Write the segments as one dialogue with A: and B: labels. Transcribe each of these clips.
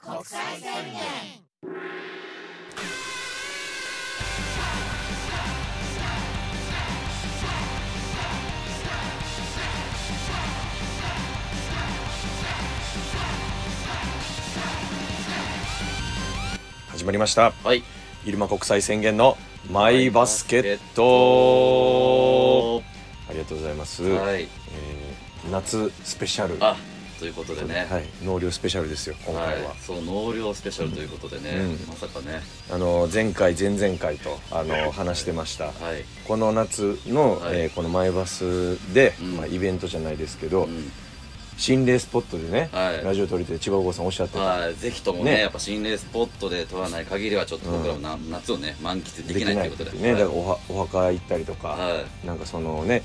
A: 国際宣言
B: 始まりました
C: はい。
B: 入間国際宣言のマイバスケット
C: お
B: ありがとうございます、
C: はい。
B: えー夏スペシャル
C: あ、ということでね。
B: はい、納涼スペシャルですよ今
C: は
B: 回
C: い
B: は、
C: そう、納涼スペシャルということでね。
B: うん
C: まさかね。
B: あの前回前々回とあの話してました、
C: はい。
B: この夏の、
C: はい
B: えーこのマイバスで、
C: うん
B: まあ、イベントじゃないですけど、
C: うん
B: 心霊スポットでね、
C: はい
B: ラジオ撮りて千葉郷さんおっしゃってた、
C: はい、ぜひともね
B: ね
C: やっぱ心霊スポットで撮らない限りはちょっと僕らもな、夏をね満喫できないということで
B: ね、
C: はい
B: だからおはお墓行ったりとか、
C: はい
B: なんかそのね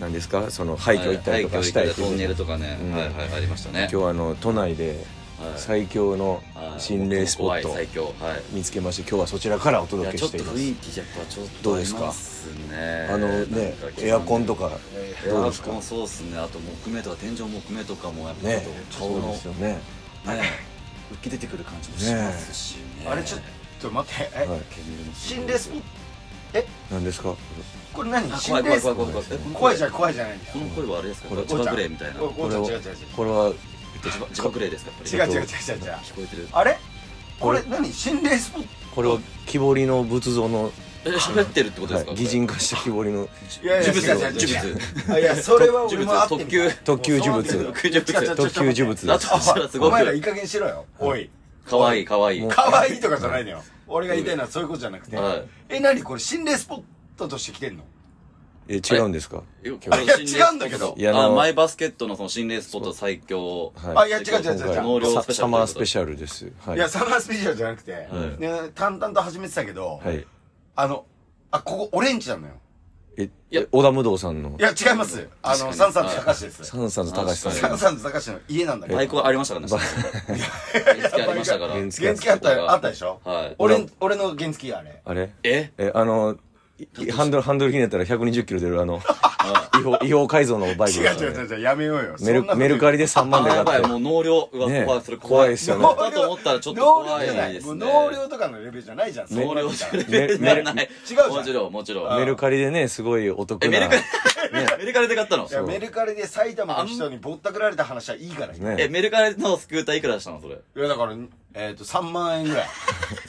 B: 何ですかその廃墟行ったりとかしたい
C: は
B: って
C: 廃墟行ったりトン
B: い
C: ネ
B: う
C: ルとかね、
B: うん
C: はいはいありましたね
B: 今日はあの都内で
C: はい
B: 最強の
C: はい
B: 心霊スポット
C: 怖い最強はい
B: 見つけまして今日はそちらからお
C: い
B: 届
C: や
B: け
C: ちょ
B: し
C: っ
B: て
C: と
B: います
C: 雰囲気やっぱちょっ
B: ど
C: と
B: う
C: あ
B: で
C: り
B: すか
C: ますね
B: あのね
C: なんか
B: エアコンとか
C: エ
B: どう
C: ア
B: ですか
C: コンそうっすねあと木目とか天井木目とかもやっぱ
B: ね
C: ちょ
B: そ
C: っと
B: う
C: 顔の
B: ですよね
C: ね浮き出てくる感じもしますしね
D: あれちょっと待って、え
B: はい
C: 煙もすごい
D: 心霊スポット
B: 何ですか
D: これ何
C: あ怖
D: 心
C: い怖い
D: 霊スポ
C: 怖
D: ッ
C: い
D: ト
C: 怖い怖いえこの声
D: 怖いじゃん怖いじゃないんだよ
C: この声はあれですか
B: これ
C: 千葉グレーみたいな
D: おお
B: こ
D: 違
B: れ
D: う
B: は
D: 違う違う
B: これは
C: 千葉千葉グレーですか
D: 違う違う違う違う違う
C: 聞こえてる
D: あれこれ何心霊スポット
B: これは木彫りの仏像の、
C: え喋ってるってことで
B: は
C: すか
B: い、擬人化した木彫りの
D: いやいや
C: 呪
D: 違う
C: 物呪
D: 違う違う
C: 物
D: あいやそれは俺もあって
C: 特級
B: 特級呪物
C: 特級呪物
B: 特級呪物
C: だ
B: で
C: と
B: す
C: したらすご
D: お前らいい
C: く
D: 加減にしろよおい
C: かわいいかわいい
B: もう
D: 可愛いとかじゃないのよ俺が言いたいのはそういうことじゃなくて
C: はい
D: え何これ心霊スポットとして来てんの
B: え違うんですか
D: あいや違うんだけど
B: いやあ
C: あ
B: の
C: マイバスケットのその心霊スポット最強
B: はい
D: あいや違う違う違う違う
C: 納涼
B: サ
C: スペシャ
B: サ
C: ル
B: マースペシャルですはい
D: いやサマースペシャルじゃなくて
C: い
D: ね淡々と始めてたけど
B: はい
D: あのあここオレンジなのよ
B: え
C: や
B: え織田無道さんの
D: いや違いますあのサンサンズ高橋です
B: サンサンズ高橋さん
C: あ
D: サンサンズ高橋の家なんだけど
C: バイクはありましたからね原付ありましたから
B: 原付
D: 原付あった、あったでしょ
C: はい
D: 俺ん、俺の原付あれ。
B: あれ
C: え
B: えあのいハンドルハンドルひねったら120キロ出るあの違法違法改造のバイ
D: 違
B: ク
D: う
B: ですよ
D: 違う
B: ね
D: 違う違う、やめようよ。
B: メルメルカリ
D: リ。
B: で3万で
C: あ
B: 買
C: やばい
B: って
C: もう納涼うわ
B: ねえ
C: 怖いそれ怖
B: 怖い
C: い
B: ですよね
C: 納涼だと思ったらちょっと怖いですね
D: 納涼とかのレベルじゃないじゃん、
C: 納涼じゃない
B: メルメル
C: ない
D: 違うじゃん
C: もちろんもちろん
B: メルカリでねすごいお得
C: え
B: な
C: メルカリメルカリで買ったの
D: いや、メルカリで埼玉の人にぼったくられた話はいいから。い
B: ね
C: えメルカリのスクーターいくらしたのそれ
D: や、だから、えっと、3万円ぐらい。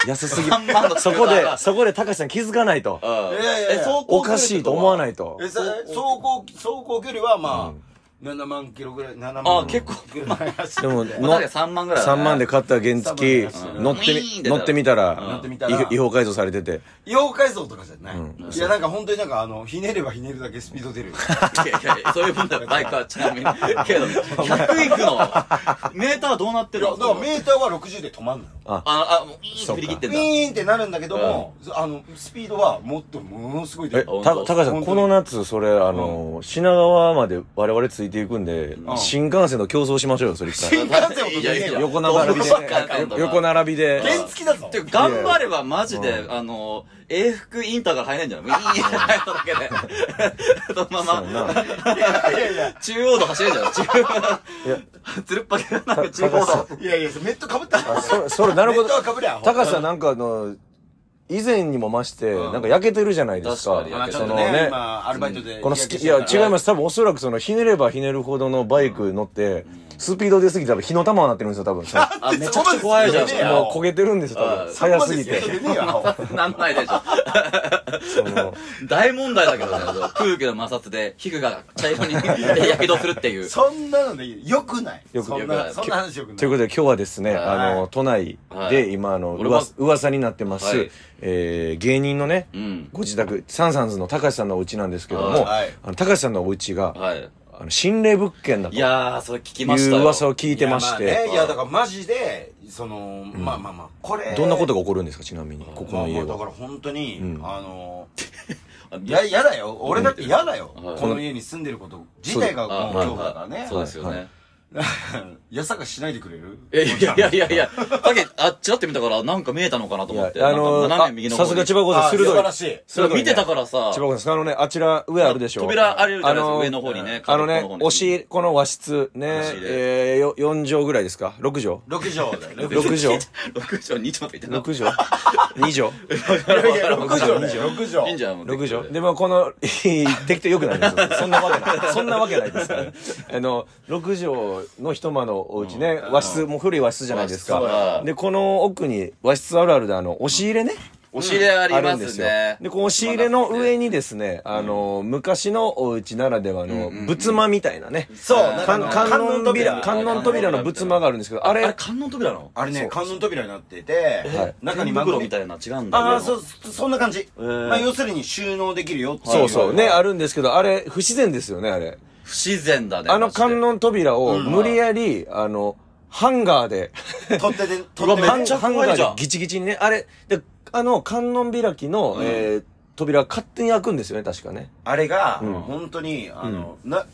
B: 安すぎ
C: 3万の
B: そこでそこで高橋さん気づかないと
C: ああ
D: いやいやいや
C: え走行距離
B: おかしいと思わないいと
D: え、さ走行、走行距離はまあ、7万キロぐらい、7万キロ。
C: あ結構
D: ぐらい走っ
B: で
D: て。
B: も
C: まあ
B: の
C: 確かに3万ぐらいだ
B: 3
C: ね
B: 万で買った原付
D: うん
B: 乗っ
C: ウィーンって出
B: て
C: た
B: み乗ってみた
D: 乗
B: ら
D: ってみたら
B: 違法違法改造されてて
D: 妖怪像とかじゃない。いや、なんか本当になんか、あの、ひねればひねるだけスピード 出る。
C: いやいやいやそういうもんだよバイクはちなみにけど100いくのメーターはどうなって
D: い
C: る
D: や、
C: の
D: だからメーターは60で止まんのよ。
C: ああもういい振り切って
D: ウ
C: ん
D: ィ
C: だ
D: ーンってなるんだけども、あの、スピードはもっともの すごい出
B: え
D: る。
C: 本
B: た
C: 当
B: 高橋さ
D: 本当
B: ん
D: に
B: この夏それあの品川まで我々ついていくんで
D: ん
B: 新幹線と競争しましょうよそれ一
D: 新
B: 回
D: 幹線を
C: いやいやいや
B: 横並びで
C: そうか今度は
B: 横並びで
D: 原付だぞ
C: て。か頑張ればマジで、あの、英服インターから入れないんじゃないウィーンって入っただけで。そのま
B: そう
C: ま、
B: ない
D: やいや、
C: 中央道走れんじゃない中
B: いや
C: 央つるっぱけがなんか中央
B: 高橋さ
C: 道。
B: ん
D: いやいや、メットかぶった
B: あ そ れそれなるほど
D: メットは被りゃ
B: 高橋さんなんかあの以前にも増してなんか焼けてるじゃないですか
C: 確かに
D: あ
C: 焼け
D: ち
C: て
D: ょ
B: そ
D: っ
C: る
D: と
B: の
D: ね、
B: ね
D: 今、アルバイトで。。
B: この好きいや違いますす多分おそらくそのひねればひねるほどのバイク乗ってスピード出すぎて多分火の玉になってるんですよ多分も
C: あ、めちゃくちゃ怖いじゃん。
D: いや
B: う焦げてるんですよ多
C: あ
B: 分速すぎ
D: そこま
B: て
D: でねえよアホ
C: なんないでしょ。
B: そ の
C: 大問題だけどね、そう空気の摩擦で皮膚が茶 色にやけどするっていう。
D: そんなので良くない。
B: よく
D: そん
C: よくな
D: な、
C: い
D: そんな話良くない。
B: ということで今日はですね、
D: はい
B: あの都内
C: はい
B: で今あの
C: 俺は
B: 噂噂になってます、
C: はい
B: えー芸人のね、
C: うん。
B: ご自宅サンサンズの高橋さんのお家なんですけども、
D: はい
B: あの高橋さんのお家が、
C: はい。
B: あの心霊物件だと
C: い
B: い
C: やー、それ聞きまし
B: う
C: たよ。
B: 噂を聞いてまして、
D: いやあねいや、だからマジで、その、まあまあまあ、これ。
B: どんなこと
D: が
B: が起こるんですかちなみにここの家
D: だか
B: は。
D: ら本当に、あの、
C: あ
D: いや、嫌だよ。俺だって嫌だよ。
C: はい
D: この家に住んでること自体がもう
C: あ
D: 恐怖だからね。
C: そうですよね。
D: やさかしないでくれる
C: いやいやいやいやいや、だけあっちらって見たから、なんか見えたのかなと思って。
B: いやあの
C: なんか斜め右
B: ー、あ
C: の
B: さ
C: 方
B: す
C: に
B: が千葉子さん、
D: あ
B: 鋭い。
D: 素晴らしい
C: それ見てた
B: ら。
C: からさ、
B: 千葉子さん、あのね、あちら、上あるでしょ。
C: 扉あるじゃないですか
B: あのー
C: 上の方にね
B: あの
C: 角っ
B: ね
C: この方、に
B: おし、この和室、ね、
C: 押し入れ
B: えー、よ4畳ぐらいですか ?6
D: 6畳だよ
B: 六畳
C: 六畳にちょっと
B: 畳
C: 言って
B: ?6 畳 ?2
D: 畳いやいや6
B: 六
D: 畳だよ6
C: な。
D: 畳
C: いいんじゃん。
B: 畳 ?6 畳でも、この、 いいできてよくないですよ。そんなわけない。そんなわけないですから。あの、6畳の一間のお家ね、和室、もう古い和室じゃないです
C: 和室
B: か
C: は。
B: で、この奥に、和室あるあるで、あの、押し入れね。
C: 押し入れあり
B: ある
C: ま
B: んですすよ
C: ね。。
B: で、この押し入れの上にですね、あの、昔のお家ならではの、仏間みたいなね。
D: そうなんかあ
B: 観
D: の
B: 観音扉、
D: 観
B: 観
D: 音扉
B: 音扉の仏間があるんですけど、あ
C: あれ、
B: れ、
C: 観音扉なの
D: あれね観音扉になってて
B: はい
D: 中に
C: 天袋
D: 窓
C: みたいな違うんだ
D: ああ
C: 上
D: そ
C: の
D: うそんな感じまあ要するに収納できるよってい
B: そうそう、ね、あ
D: る
B: るんですけど、あれ、不自然ですよね、あれ。
C: 不自然だね。
B: あの観
C: 音。
B: 音扉を無理やり、あの、ハンガーで、
D: 取っ手で
C: うわ
D: 取っ手
C: めっちゃ
B: ハンハン
D: で
C: 怖
B: ガ
C: いじゃん
B: ーでギチギチにね、あれ、で、あの、観音開きの、えー扉が勝手に開くんですよね、確かね。
D: あれが本当にあのな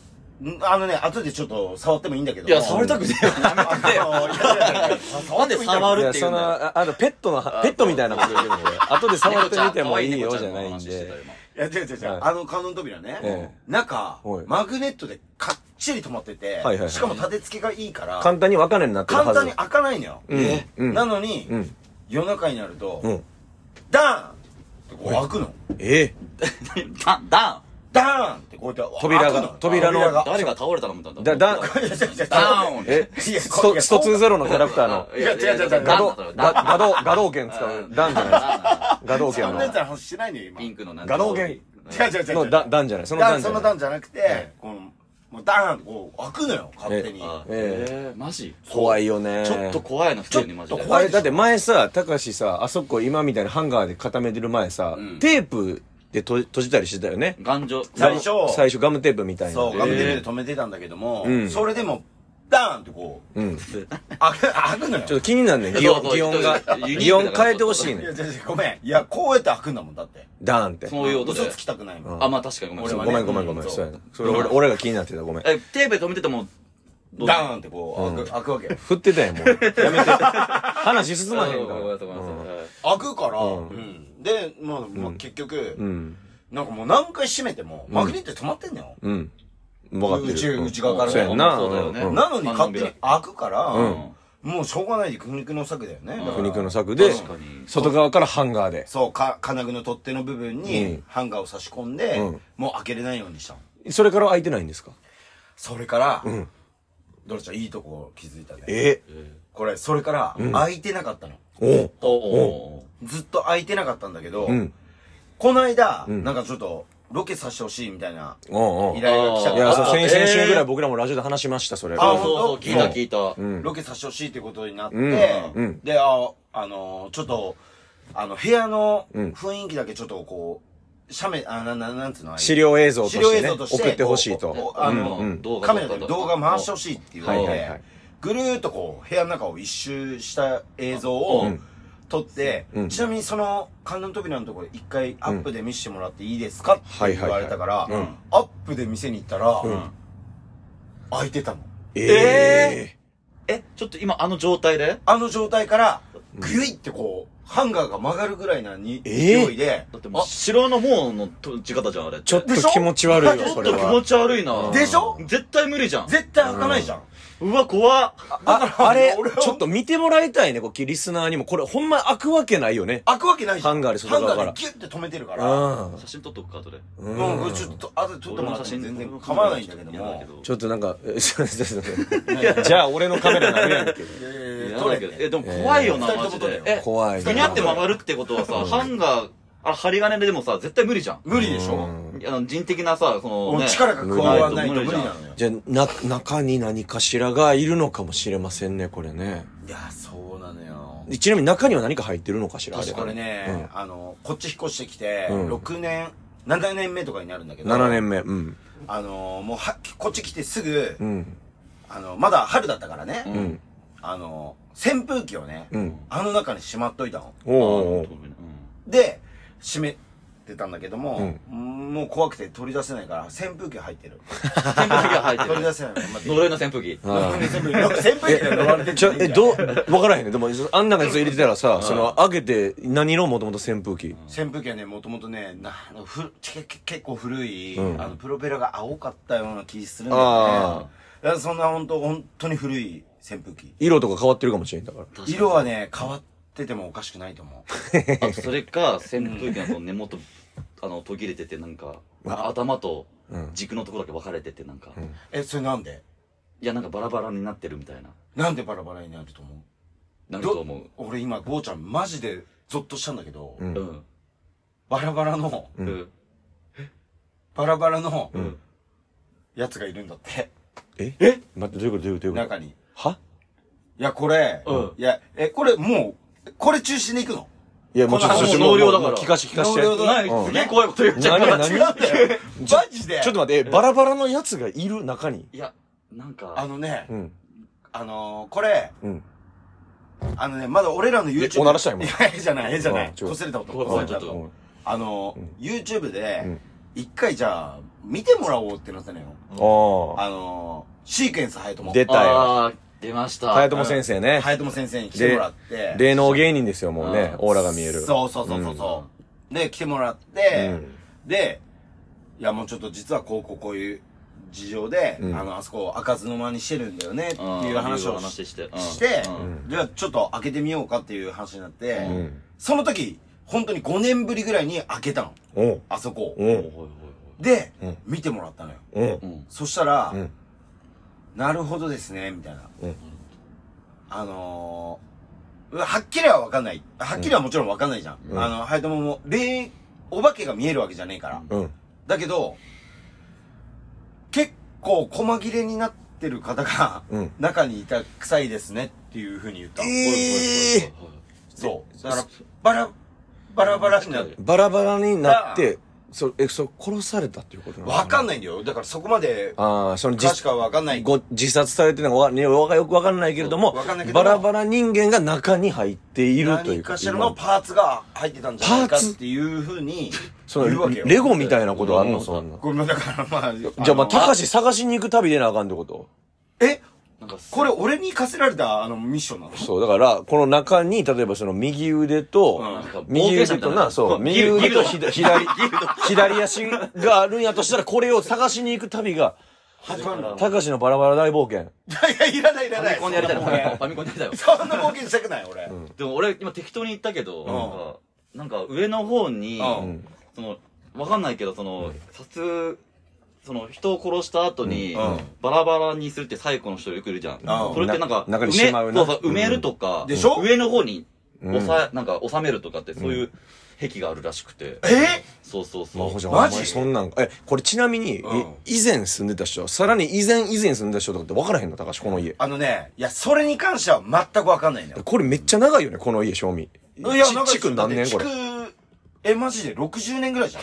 D: あのね後でちょっと触ってもいいんだけど
C: いや、触りたくねえよ。やめてくれよ
D: な
C: なんで触るっていう
B: そ
C: ん
B: の、
C: だよ。
B: ああの、ペットの、ペットみたいなこと言う ので、後で触ってみてもいいよ、じゃないんで。
D: いや、違う違う違
B: は
D: う
B: い。
D: あの観音扉
B: え
D: ね。中
B: はい、
D: マグネットでかっちり止まってて
B: はいはい、
D: しかも立て付けがいいから、
B: 簡単に分かんないようになってるは
D: 簡
B: ず。
D: 単に開かないのよ。
B: うん
D: ね
B: うん
D: なのに
B: うん、
D: 夜中になると
B: う、ん。
D: ダーンってこう開くの。
B: え
C: ダン、ダ
D: ダーンってこうやって
B: 扉が
D: 開くの
B: 扉の
C: ン誰が倒れたのみたいな。
B: だだ
D: いや、違う違う違
C: ダ
D: う
C: ーン
B: ン。 え、スト、スト2ゼロのキャラクターの、
D: いや違う違う違う
B: ガド、
C: ダン
B: ガガド、ガドー剣使う、ダンじゃないですか。ガドー
D: そ
B: 剣
D: んなやつ
B: の。
D: の話してないのよ、今。
C: ピンクのなん
B: 画廊芸
D: 違う違う違う違
B: の
D: う。
B: ダンダンじゃない、そのダ
D: ダ
B: ン
D: ーン
B: じ
D: そ
B: ゃな
D: の
B: い。
D: ダーンじゃなくて、このもうダーンってこう開くのよ、勝手に。
C: あ
B: え
C: えー、マジ
B: 怖いよね。
C: ちょっと怖いな、普通にマジで。
D: ちょっと
B: あ
D: 怖い
B: れだって前さ、たかしさ、あそこ今みたいにハンガーで固めてる前さ、テープでと閉じたりしてたよね。
C: 頑丈。
D: 最初
B: 最初ガムテープみたいな。
D: そう、ガムテープで止めてたんだけども、それでも、ダーンってこう、開く、開くのよ。
B: ちょっと気になんねん、擬音、擬音が。擬音変えてほしい
D: い
B: ね
D: や、
B: ん。
D: 違う違う、ごめん。いや、こうやって開くんだもん、だって。
B: ダーンって。
C: そういう音で
D: 嘘。つきたくないもん。
C: あ、まあ確かにごめん
D: 俺
B: ご
D: は
C: な
D: ね
B: めんごめんごめん。そうやな。それ俺俺が気になってた、ごめん。
C: え、テープで止めてても、どう
D: ダーンってこう、開く、開くわけ。
B: 振ってたやん、もう。やめて。話進まへんか
C: ごめんなさいご
B: ら。
C: めんなさい
D: 開くから、うんで、まあ、まあ、結局、
B: うん。
D: なんかもう何回閉めても、マグネットで止まってんのよ。
B: うん。分かってる。
D: うち内側からね
B: そうやんな。
C: そうだよね
B: うん
D: なのに勝手に開くから、
B: ん
D: もうしょうがないで苦肉の策だよね。だから
B: 苦肉の策で
C: 確かに、
B: 外側からハンガーで。
D: そう、か、金具の取っ手の部分
B: う
D: に
B: ん
D: ハンガーを差し込んで、
B: うん
D: もう開けれないようにしたの。
B: それから開いてないんですか
D: それから、ドラちゃんいいとこ気づいたね。
B: え
D: これ、それから、開いてなかったの。
B: おう
C: おお
D: ずっと開いてなかったんだけど、
B: うん。
D: この間、なんかちょっと、ロケさせてほしいみたいな
B: おうおう
D: 依
B: い
D: 頼が来たか
C: あ
D: ら、
B: や、そう、
C: せ
B: 先々週ぐら
C: え
B: い僕らもラジオで話しました、それ。
C: そう
D: あ
C: そうそう、聞いた聞いた。
D: ロケさせてほしいってことになって、
B: うんうん
D: で、あ、あのーちょっと、あの、部屋の雰囲気だけちょっとこう、写メ、あ、な、な、なんつうのあれ
B: 資料映像とし
D: 資料
B: て
D: 映
B: ね、
D: 像として
B: 送ってほしい。
D: こうことうあの、
C: うんうん動画
D: カメラで動画回してほしいって言われて、
B: はいはいはい
D: ぐるーっとこう、部屋の中を一周した映像を撮って、
B: うん
D: ちなみにその観音扉のところで一回アップで見せてもらっていいですかっ
B: はいはい
D: て言
B: はい
D: われたから、
B: うん
D: アップで店に行ったら、開いてたの。
B: え
C: え、ちょっと今あの状態で
D: あの状態から、ぐいってこう、ハンガーが曲がるぐらいなに、
B: えー
D: 勢いで、
C: だってもう、城のもうの閉じ方じゃん、あれって。
B: ちょっ
C: ち
B: と気持ち悪いよ、
D: でしょ
B: そ
C: ょっ
B: れ
C: と気持
B: は。
C: ち悪いな。
D: でしょ
C: 絶対無理じゃん。
D: 絶対開かないじゃん。
C: うわ、怖っ。
B: あ、あれ
D: 俺、は
B: ちょっと見てもらいたいね、こう、リスナーにも。これ、ほんま開くわけないよね。
D: 開くわけないじゃん。
B: ハンガーで外側から
D: ハンガーでギュッて止めてるか
B: う
D: ら、
B: ん。
C: 写真撮っとくか、後で。
D: もうこれちょっと、あとで撮ってもらっても全然構わないんだけども。
B: ちょっとなんか、え すいませんすいませんじゃあ俺のカメラなるやんけ。
D: いやいやいや
C: 撮
D: 撮
C: れ
D: れ
C: け
D: け
C: ど
D: ど。
C: え、でも怖いよな、
D: えー
C: マジ
D: 二人とも撮れ
C: で
D: よ。
C: え、
B: 怖い
C: ふにゃって曲がるってことはさ、ハンガー、あれ、針金ででもさ、絶対無理じゃん。
D: 無理でしょ
C: あの人的なさ、その、
D: もう
C: ね、
D: 力が加わらないと無理なのよ。
B: じゃあ、な、中に何かしらがいるのかもしれませんね、これね。
D: いや、そうなのよ。
B: ちなみに中には何か入ってるのかしらあれ
D: これね、あの、こっち引っ越してきて、6年、7年目とかになるんだけど。
B: 7年目。うん。
D: あの、もうは、こっち来てすぐ
B: う、ん。
D: あの、まだ春だったからね。
B: ん
D: あの、扇風機をね、
B: うん。
D: あの中にしまっといたの。
B: おうおうおう
C: うん
D: で、閉め、ってたんだけども、もう怖くて取り出せないから、扇風機入ってる。
C: 扇風機が入って
D: 取り
C: る
D: 出。せない。まあ
C: 呪いの扇風機。
B: あー
D: 全部 扇風機で呪われてる
B: ちょ、え、どう、わからへんね。でも、あん中に入れてたらさ、その、開けて、何色もともと扇風機。
D: 扇風機はねもともとねなあのふけけ結構古い、あのプロペラが青かったような気するんだよね
B: あ
D: だからそんな本当本当に古い扇風機
B: 色とか変わってるかもしれんだから。
D: 色はね変わっててもおかしくないと思う
C: あとそれか、扇風機のその根元、あの、途切れてて、なんか、頭と軸のところだけ分かれてて、なんか、
D: えそれなんで
C: いや、なんかバラバラになってるみたいな、
D: なんでバラバラになると思う
C: なると思う。
D: 俺今ゴーちゃんマジでゾッとしたんだけど、
B: ん
C: うん。
D: バラバラの
C: うん。
D: バラバラの、やつがいるんだって
B: ええ待って、どういうことどういうことどういうこ
D: 中にい
B: とはい
D: やこれ、
C: うん
D: いやえこれもうこれ中心でいくの
B: いや、もうちょっと、
C: この
B: ちょっと
C: も
B: も
C: う
B: う
C: 納涼だから
B: もう聞かして聞かし
D: 納涼だ
B: て。
C: ないすげえ怖いこと言っちゃうから。
B: 何
D: 違 うんだよマジで
B: ちょっと待って、えバラバラのやつがいる中に。
C: いや、なん
D: あ
C: か、
D: のね、
B: うん。
D: あのー、これ、
B: うん。
D: あのね、まだ俺らの YouTube。
B: えおならした今
D: いや、絵じゃない、絵じゃな
B: う
D: い
B: ん。違う
D: こすれた音。
C: こ
D: こすれた
C: ちょっ
D: 音。
C: と
D: あのー、YouTube
B: う
D: で
B: ん、
D: 一回じゃあ、見てもらおうってなったのよ。
B: ああ。
D: あのー、シーケンスハヤトモ。
B: 出たよ。
C: あー、出ました。
B: 早友先生ね
D: ハ。ヤトモ先生に来てもらって。
B: 霊能芸人ですよ、もうね
C: あ。ー
B: オーラが見える。
D: そうそうそうそうそう。で、来てもらって、で、いやもうちょっと実はこうこうこういう事情で、
B: ん
D: あの、あそこを開かずの間にしてるんだよねっていう話
C: うん
D: を
C: 話してうん
D: して
C: う
D: じゃあちょっと開けてみようかっていう話になって、
B: ん
D: その時、本当に5年ぶりぐらいに開けたの。
B: うん。おう
D: あそこを
B: お
C: おいうおい
D: で、
B: うん
D: 見てもらったのよ。
B: おう
C: おいうん。
D: そしたら、
B: うん
D: なるほどですね、みたいな。
B: うん
D: あのー、うわはっきりはわかんない。はっきりはもちろんわかんないじゃん。
B: うん
D: あの、ハヤトモも、霊、お化けが見えるわけじゃねえから。
B: うん。
D: だけど、結構細切れになってる方が、
B: うん
D: 中にいた臭いですねっていう風に言ったの。
B: えーえ
D: そう。だから、バラ、バラバラになる。
B: バラバラになって、そえ、そう、殺されたっていうことなの
D: わかんないんだよ。だからそこまで、
B: ああ、その
D: か
B: 自
D: しかわかんない。
B: ご自殺されてるのがわねわかよくわかんないけれども
D: そうわかんないけど
B: バ
D: も
B: ラバラ人間が中に入っているという
D: 何かしらのパーツが入ってたんじゃないかっていう風に
B: そ
D: 言うわ
B: の
D: けよ。
B: レゴみたいなことあんの
C: うん
B: そんな
D: これもだからまあ、
B: じゃあまあ
D: の
B: たかし探しに行く旅でなあかんってこと
D: え
C: なんか、
D: これ俺に課せられたあのミッションなの
B: そうだからこの中に例えばその右腕と、
D: うん
C: なんか冒
B: 右
C: 険者
B: 腕
C: みた
B: と
C: いな
B: な、そう、右腕とひだ 左、左足があるんやとしたら、これを探しに行く旅が、
D: 始まるのい
B: たかしのバラバラ大冒険。
D: や、いらないいら
C: フ
D: な
C: ァ
D: い。
C: ミコンでやりたい
D: そん
C: な
D: な
C: フ
D: 冒険
C: ァミコンでやりたいわ
D: そんな冒険したくない俺。
C: でも俺今適当に言ったけど、なんか、なんか上の方に、
D: うん
C: その、わかんないけど、その、殺、その人を殺した後に、
D: うんうん
C: バラバラにするって最古の人よくいるじゃん。
D: ん
C: それってなんか、
B: な中にしまう
C: 埋め、
B: な
C: そうそう埋めるとか、
D: でしょ
C: 上の方に、おさ、なんか収めるとかってそういう癖があるらしくて。
D: え
C: そうそう
B: ま
C: そ
B: ほ
C: う。
B: ちゃん、お
D: マジ
B: 前そんなんか。え、これちなみに、
D: うん
B: え以前住んでた人、さらに以前以前住んでた人とかって分からへんの高橋、この家。
D: あのね、いや、それに関しては全くわかんないんだよ。
B: これめっちゃ長いよね、この家、賞味。い
D: いや、なんか、
B: 築何年これ。
D: 築え、マジで60年ぐらいじゃん。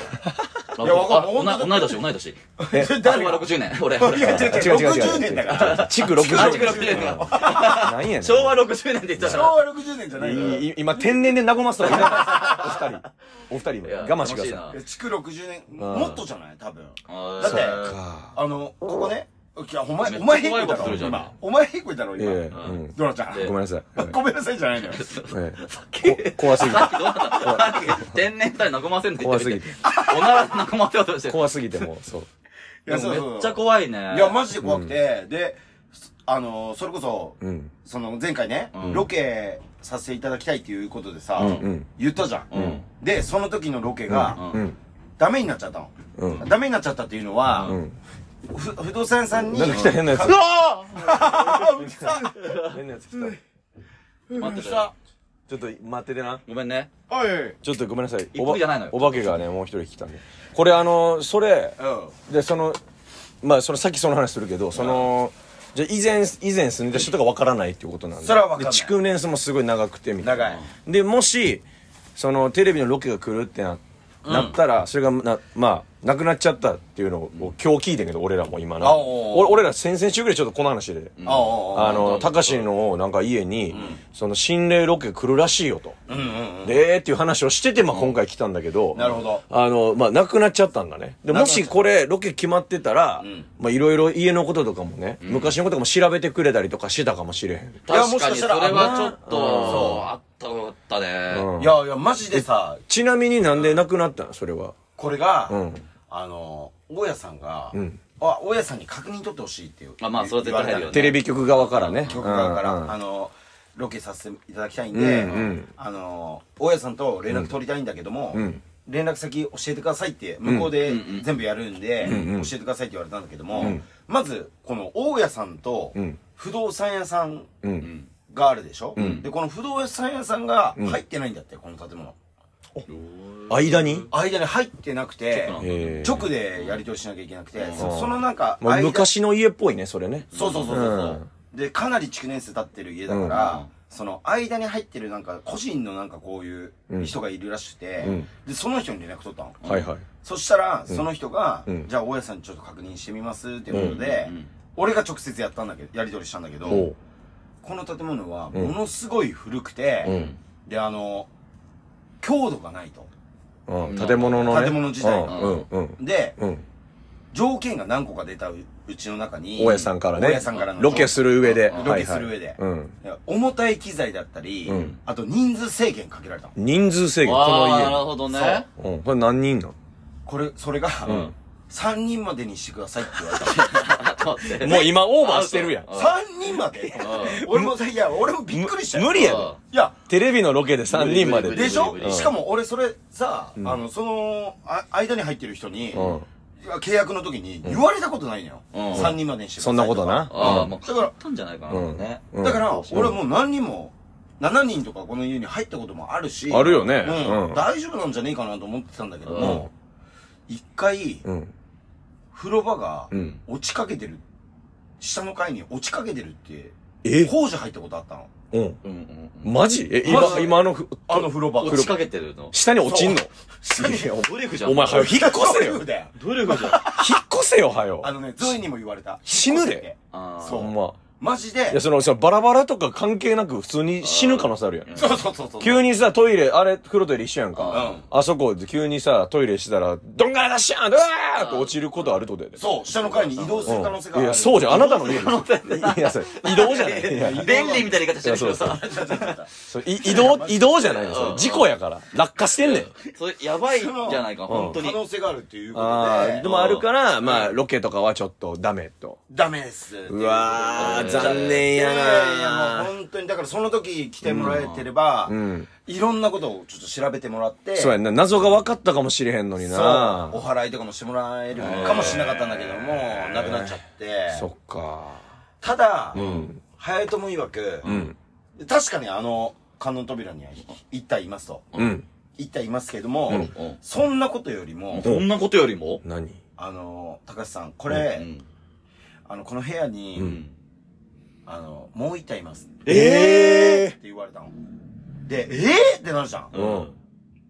C: あ
D: いやわかん
C: 同い
D: 本当だ
C: 同い年、同い年。
D: 誰
C: 俺は
D: が
C: 60年。俺、
D: いや
C: 俺。
D: 違う
B: 違う違う違う違う
D: 60年だから。
B: 築60
C: あ築60年
B: 何やねん。
C: 昭和60年って言った
D: 昭
C: ら。
D: 和60年じゃないから。
B: いい今、天然で和ますとか言わないですお二人。お二
C: い
B: 人、
C: や
B: 我慢してください。
C: 楽しいな
D: 築60年、もっとじゃない多分。
C: あー
D: だって
C: そう
B: か
D: あの、ここね。いや、お
C: め
D: 前、
C: っ
D: お
C: ちゃ怖
D: 前
C: い
D: 引っ越い
C: こと
D: た
C: す
D: ろ、
C: るじゃん
D: 今。お前引っ越いたろ、
B: ええ、
D: 今。
B: うん。
D: ドラちゃん。
B: ごめんなさい。はい
D: ごめんなさいじゃないのよ。
B: ええこ怖すぎて。
C: 天然二人和ませんって言
B: 怖
C: って
B: す
C: る
B: ぎ
C: け
B: て。
C: どおなら和ませようとしてる。
B: 怖すぎてもう、そう。
D: いや、
C: で
D: そう
C: も
D: そう
C: めっちゃ怖いね。
D: いや、マジで怖くて、で、あの、それこそ、
B: うん。
D: その前回ね、
C: うん
D: ロケさせていただきたいっていうことでさ、
B: うんうん
D: 言ったじゃん、
C: うん
D: で、その時のロケが、
C: うん
B: うん。
D: ダメになっちゃったの、
B: うん
D: ダメになっちゃったっていうのは、
B: うん。
D: ふ不動産屋さんに、
B: なんか来た変なやつ。 変なやつ来た。
C: 待ってた。
B: ちょっと待っててな。
C: ごめんね。
D: おい、
B: ちょっとごめんなさい。
C: 一個じゃないのよ
B: お化けがね、もう一人来たんで。これあの、それ、で、その、まあ、その、さっきその話するけど、その、じゃあ以前、以前住んでた人とかわからないっていうことなんで。
D: それはわかんない
B: で築年数もすごい長くてみたいな。
D: 長い。
B: で、もし、その、テレビのロケが来るってな、なったら、それが、な、まあ、亡くなっちゃったっていうのを今日聞いてんけど俺らも今な
D: あおう
B: 俺俺ら先々週ぐらいちょっとこの話で
C: うん
D: ああ
B: あ
D: あ
B: のたかしのなんか家にその心霊ロケ来るらしいよと
D: うんうんうん
B: でーっていう話をしててまあ今回来たんだけど
D: なるほど
B: あのまあ亡くなっちゃったんだねでもしこれロケ決まってたら
D: ん
B: まあいろいろ家のこととかもね昔のこととかも調べてくれたりとかしてたかもしれへん
D: いや
C: 確
D: もし
C: か
D: か
C: に
D: し
C: そ
D: た
C: れ
D: ら
C: はちょっと、
B: あー
C: そう、あったよかったね。
D: いやいやマジでさ
B: ちなみになんで亡くなったのそれは
D: これが、
B: ん
D: あの大家さんが、
B: ん
D: あ大家さんに確認取ってほしいっていう
C: あまあそれは絶対入るよね
B: テレビ局側からね
D: 局側から、
B: うんうん
D: あのロケさせていただきたいんで、
B: うんうん
D: あの大家さんと連絡取りたいんだけども、
B: ん
D: 連絡先教えてくださいって向こうで全部やるんで、
B: うん
D: 教えてくださいって言われたんだけども、まずこの大家さんと
B: ん
D: 不動産屋さん
B: うん
D: があるでしょ、でこの不動産屋さんが入ってないんだってこの建物
B: 間に
D: 間に入ってなくて
C: 直なんだ
B: えー
D: 直でやり取りしなきゃいけなくて、そそのなんか
B: まあ
D: 間
B: 昔の家っぽいねそれね
D: そうそうそうそうそう、でかなり築年数経ってる家だから、その間に入ってるなんか個人のなんかこういう人がいるらしくて、
B: ん
D: でその人に連絡取ったの、
B: はいはい
D: そしたらその人が、
B: うん
D: じゃあ大家さんにちょっと確認してみますっていうことで、
C: うんうんうん
D: 俺が直接やったんだけどやり取りしたんだけど、
B: おう
D: この建物はものすごい古くて、
B: うん
D: であの強度がないと
B: うん建物のね
D: 建物自体
B: う
D: が
B: んうん
D: で
B: うん
D: 条件が何個か出たううちの中に
B: 大家さんからね
D: 大家さんからの
B: ロケする上で
D: うん
B: は
D: ロ
B: い
D: ケ
B: はい
D: する上で、
B: うん
D: いや重たい機材だったり、
B: うん
D: あと人数制限かけられたの
B: 人数制限こ
C: ああ、なる
B: の
C: ほどね。
B: 家うんこれ何人なの
D: これそれが、
B: ん
D: 3人までにしてくださいって言われた
C: も う
B: もう今オーバーしてるやん
C: あ
D: 3人まで俺もさいや俺もびっくりしたよ
B: 無理やで
D: いや
B: テレビのロケで3人まで
C: 無理
D: でしょ、
C: 無理無理
D: しかも俺それさ、あのそのあ間に入ってる人に、
B: うん
D: いや契約の時に言われたことないのよ、
C: うん
D: 3人までにしてくださ
B: そ
D: い
B: んなことな
C: ああ、
B: うん
C: まあ、変わったんじゃないかな、
B: うん
C: ね。
B: うん
D: だから俺もう何人も7人とかこの家に入ったこともあるし
B: あるよね
D: うん
B: うん
D: 大丈夫なんじゃねえかなと思ってたんだけども、一回
B: うん
D: 風呂場が
B: うん
D: 落ちかけてる下の階に落ちかけてるって
B: え
D: 工事入ったことあったの
B: うん
C: うんうんうん。
B: マジえ
D: マ
B: 今
D: ジ
B: 今あのふ
D: あの風呂場
C: 落ちかけてるの。
B: 下に落ちんの
D: 下に
B: いや
C: ブリフじゃん。
B: お前はよ引っ越せよ
D: そうだよ
C: ブリフじゃん。
B: 引っ越せよはよ
D: あのねゾイにも言われた
B: 死ぬで
D: 引っ越せって
C: あー
D: そう
B: ほんま
D: マジ
B: いや、
D: で
B: その、そのバラバラとか関係なく普通に死ぬ可能性あるやん。
D: そうそうそうそう
B: 急
D: に
B: にさ、トイレ、あれ、風呂トイレ一緒やん
D: う
B: か。
D: ん
B: あそこ、急にさ、トイレしてたら、どんがらだっしゃんうわーって落ちることあるとで。
D: そう下の階に移動す
B: う
D: る
B: ん
D: 可能性があ
B: い
D: る
B: や、そうじゃん。あなたの家
C: 移動する可能性
B: いや、それ、移動じゃないい。い
C: や
B: や
C: いや 便利みたいな言い方してるけどさ。
B: それい移動、移動じゃないよ。それ、事故やから。落下してんねん。
C: それ、やばいじゃないか、本当
D: 可
C: に。
D: 能性があるっていうこ
B: ああ、
D: と
B: で
D: で
B: もあるから、まあ、ロケとかはちょっとダメと。
D: ダメですっていう
B: うわー、残
D: い
B: 念や
D: やいやいや
B: な
D: もう本当にだからその時来てもらえてれば、
B: ん
D: いろんなことをちょっと調べてもらって
B: そうやんな。謎が分かったかもしれへんのに
D: そうお
B: な。
D: 払いとかもしてもらえるかもしれなかったんだけども、なくなっちゃって
B: そっか。
D: ただ、早いとも曰く、確かにあの観音扉には1体いますと
B: うん。
D: 1体いますけども、
C: うん
D: そんなことよりも、
C: そんなことよりも
B: 何
D: あの高橋さんこ
C: う
D: れ、
C: ん。
D: あのこの部屋に、
C: うん。
D: あのもう1体いますって
B: え
D: 言われたのでえー、ってなるじゃん、
B: うん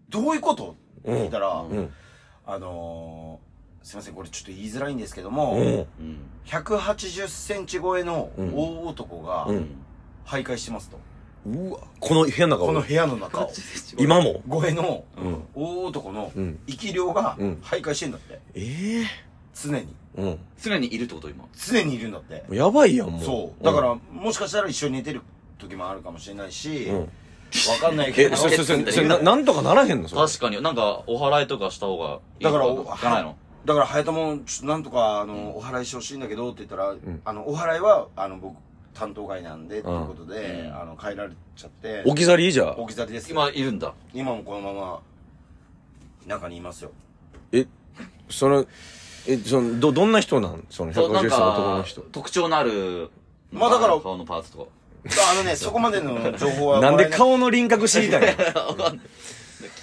D: どういうことって聞いたら、
B: ん
D: あのー、すいませんこれちょっと言いづらいんですけども、
B: うん
C: うん。
D: 180センチ超えの大男が
B: うん
D: 徘徊してますと、
B: うわこの部屋の中
D: この部屋の 中を
B: 今も
D: 超えの大男の
B: うん
D: 生き量が
B: うん
D: 徘徊してんだって
B: え
D: 常に
B: えうん
C: 常にいるってこと今。
D: 常にいるんだって
B: やばいやんもう
D: そうだからもしかしたら一緒に寝てる時もあるかもしれないし、
B: うん
D: わかんないけ
B: え
D: ど
B: それそれそれななんとかならへんのそれ
C: 確かに。なんか、お祓いとかした方がいい
D: だから
C: とかないの
D: だから早田もちょっとなんとかあのお祓いしてほしいんだけどって言ったら、あのお祓いはあの僕担当外なんでっていうことで、
C: うん
D: あの変えられちゃって
B: 置き去りいいじゃん
D: 置き去りですよ
C: 今いるんだ。
D: 今もこのまま中にいますよ
B: えそのえそのどどんな人なんその
C: そう、なん
B: 150歳の男の
C: か
B: 人、
C: 特徴のある、
D: まあだから
C: 顔のパーツとか。
D: あのねそこまでの情報は
B: なんで
D: もらえい
B: 顔の輪郭知りたい の
C: 聞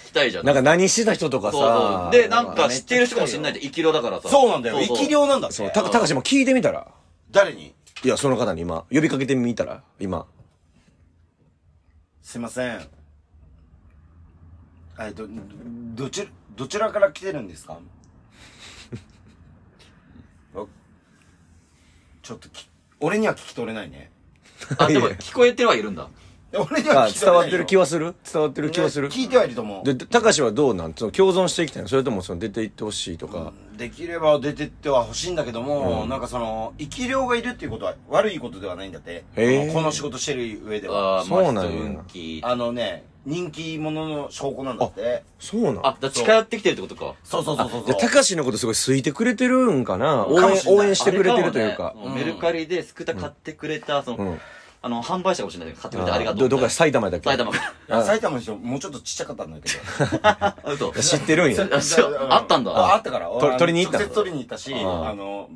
C: きたいじゃん。
B: なんか何してた人とか
C: そうそ
B: さ
C: う。で、なんか知ってる人かもしれないって、生き量だからさ。
D: そうなんだよ生き量なんだって
B: そうたたかしも聞いてみたら
D: 誰に
B: いやその方に今呼びかけてみたら今
D: すいません えっとどどちらどちらから来てるんですかちょっとき、俺には聞き取れないね。
C: あ、でも聞こえてはいるんだ。
D: 俺には
B: あ
D: 聞き取れないよ。
B: 伝わってる気はする伝わってる気はする
D: 聞いてはいると思う。
B: で、たかしはどうなんその共存していきたいのそれともその出ていってほしいとか。
D: できれば出てっては欲しいんだけども、なんかその、生き量がいるっていうことは悪いことではないんだって。
B: へー
D: この仕事してる上では。
C: あー
B: そう
C: ま
B: な
C: あ、
B: んや
C: 人運気。
D: あのね、人気者の証拠なんだって。
B: そうなん
C: あ、だから近寄ってきてるってことか。
D: そうそうそうそう
B: じゃあ、た
D: そう。
B: かしのことすごい好いてくれてるんかな応
D: かも
B: 援
D: しれない
B: 応援してくれてるという
C: あ
B: か
C: れ。もねメルカリでスクーター買ってくれた、その、
B: うん
C: あの、販売者かもしれないけど、買ってくれてありがとう
B: ど
C: み
B: ど
C: たい
B: っ
C: な。
B: か埼玉だっけ
C: 埼玉か
D: あ埼玉の人、もうちょっとちっちゃかったんだけど。
C: ら。嘘。
B: 知ってるん や。
C: あそう
D: だ
C: あったんだ
D: ああったから。
B: と取りに行ったの
D: 直接取りに行ったし、
B: あ
D: あの、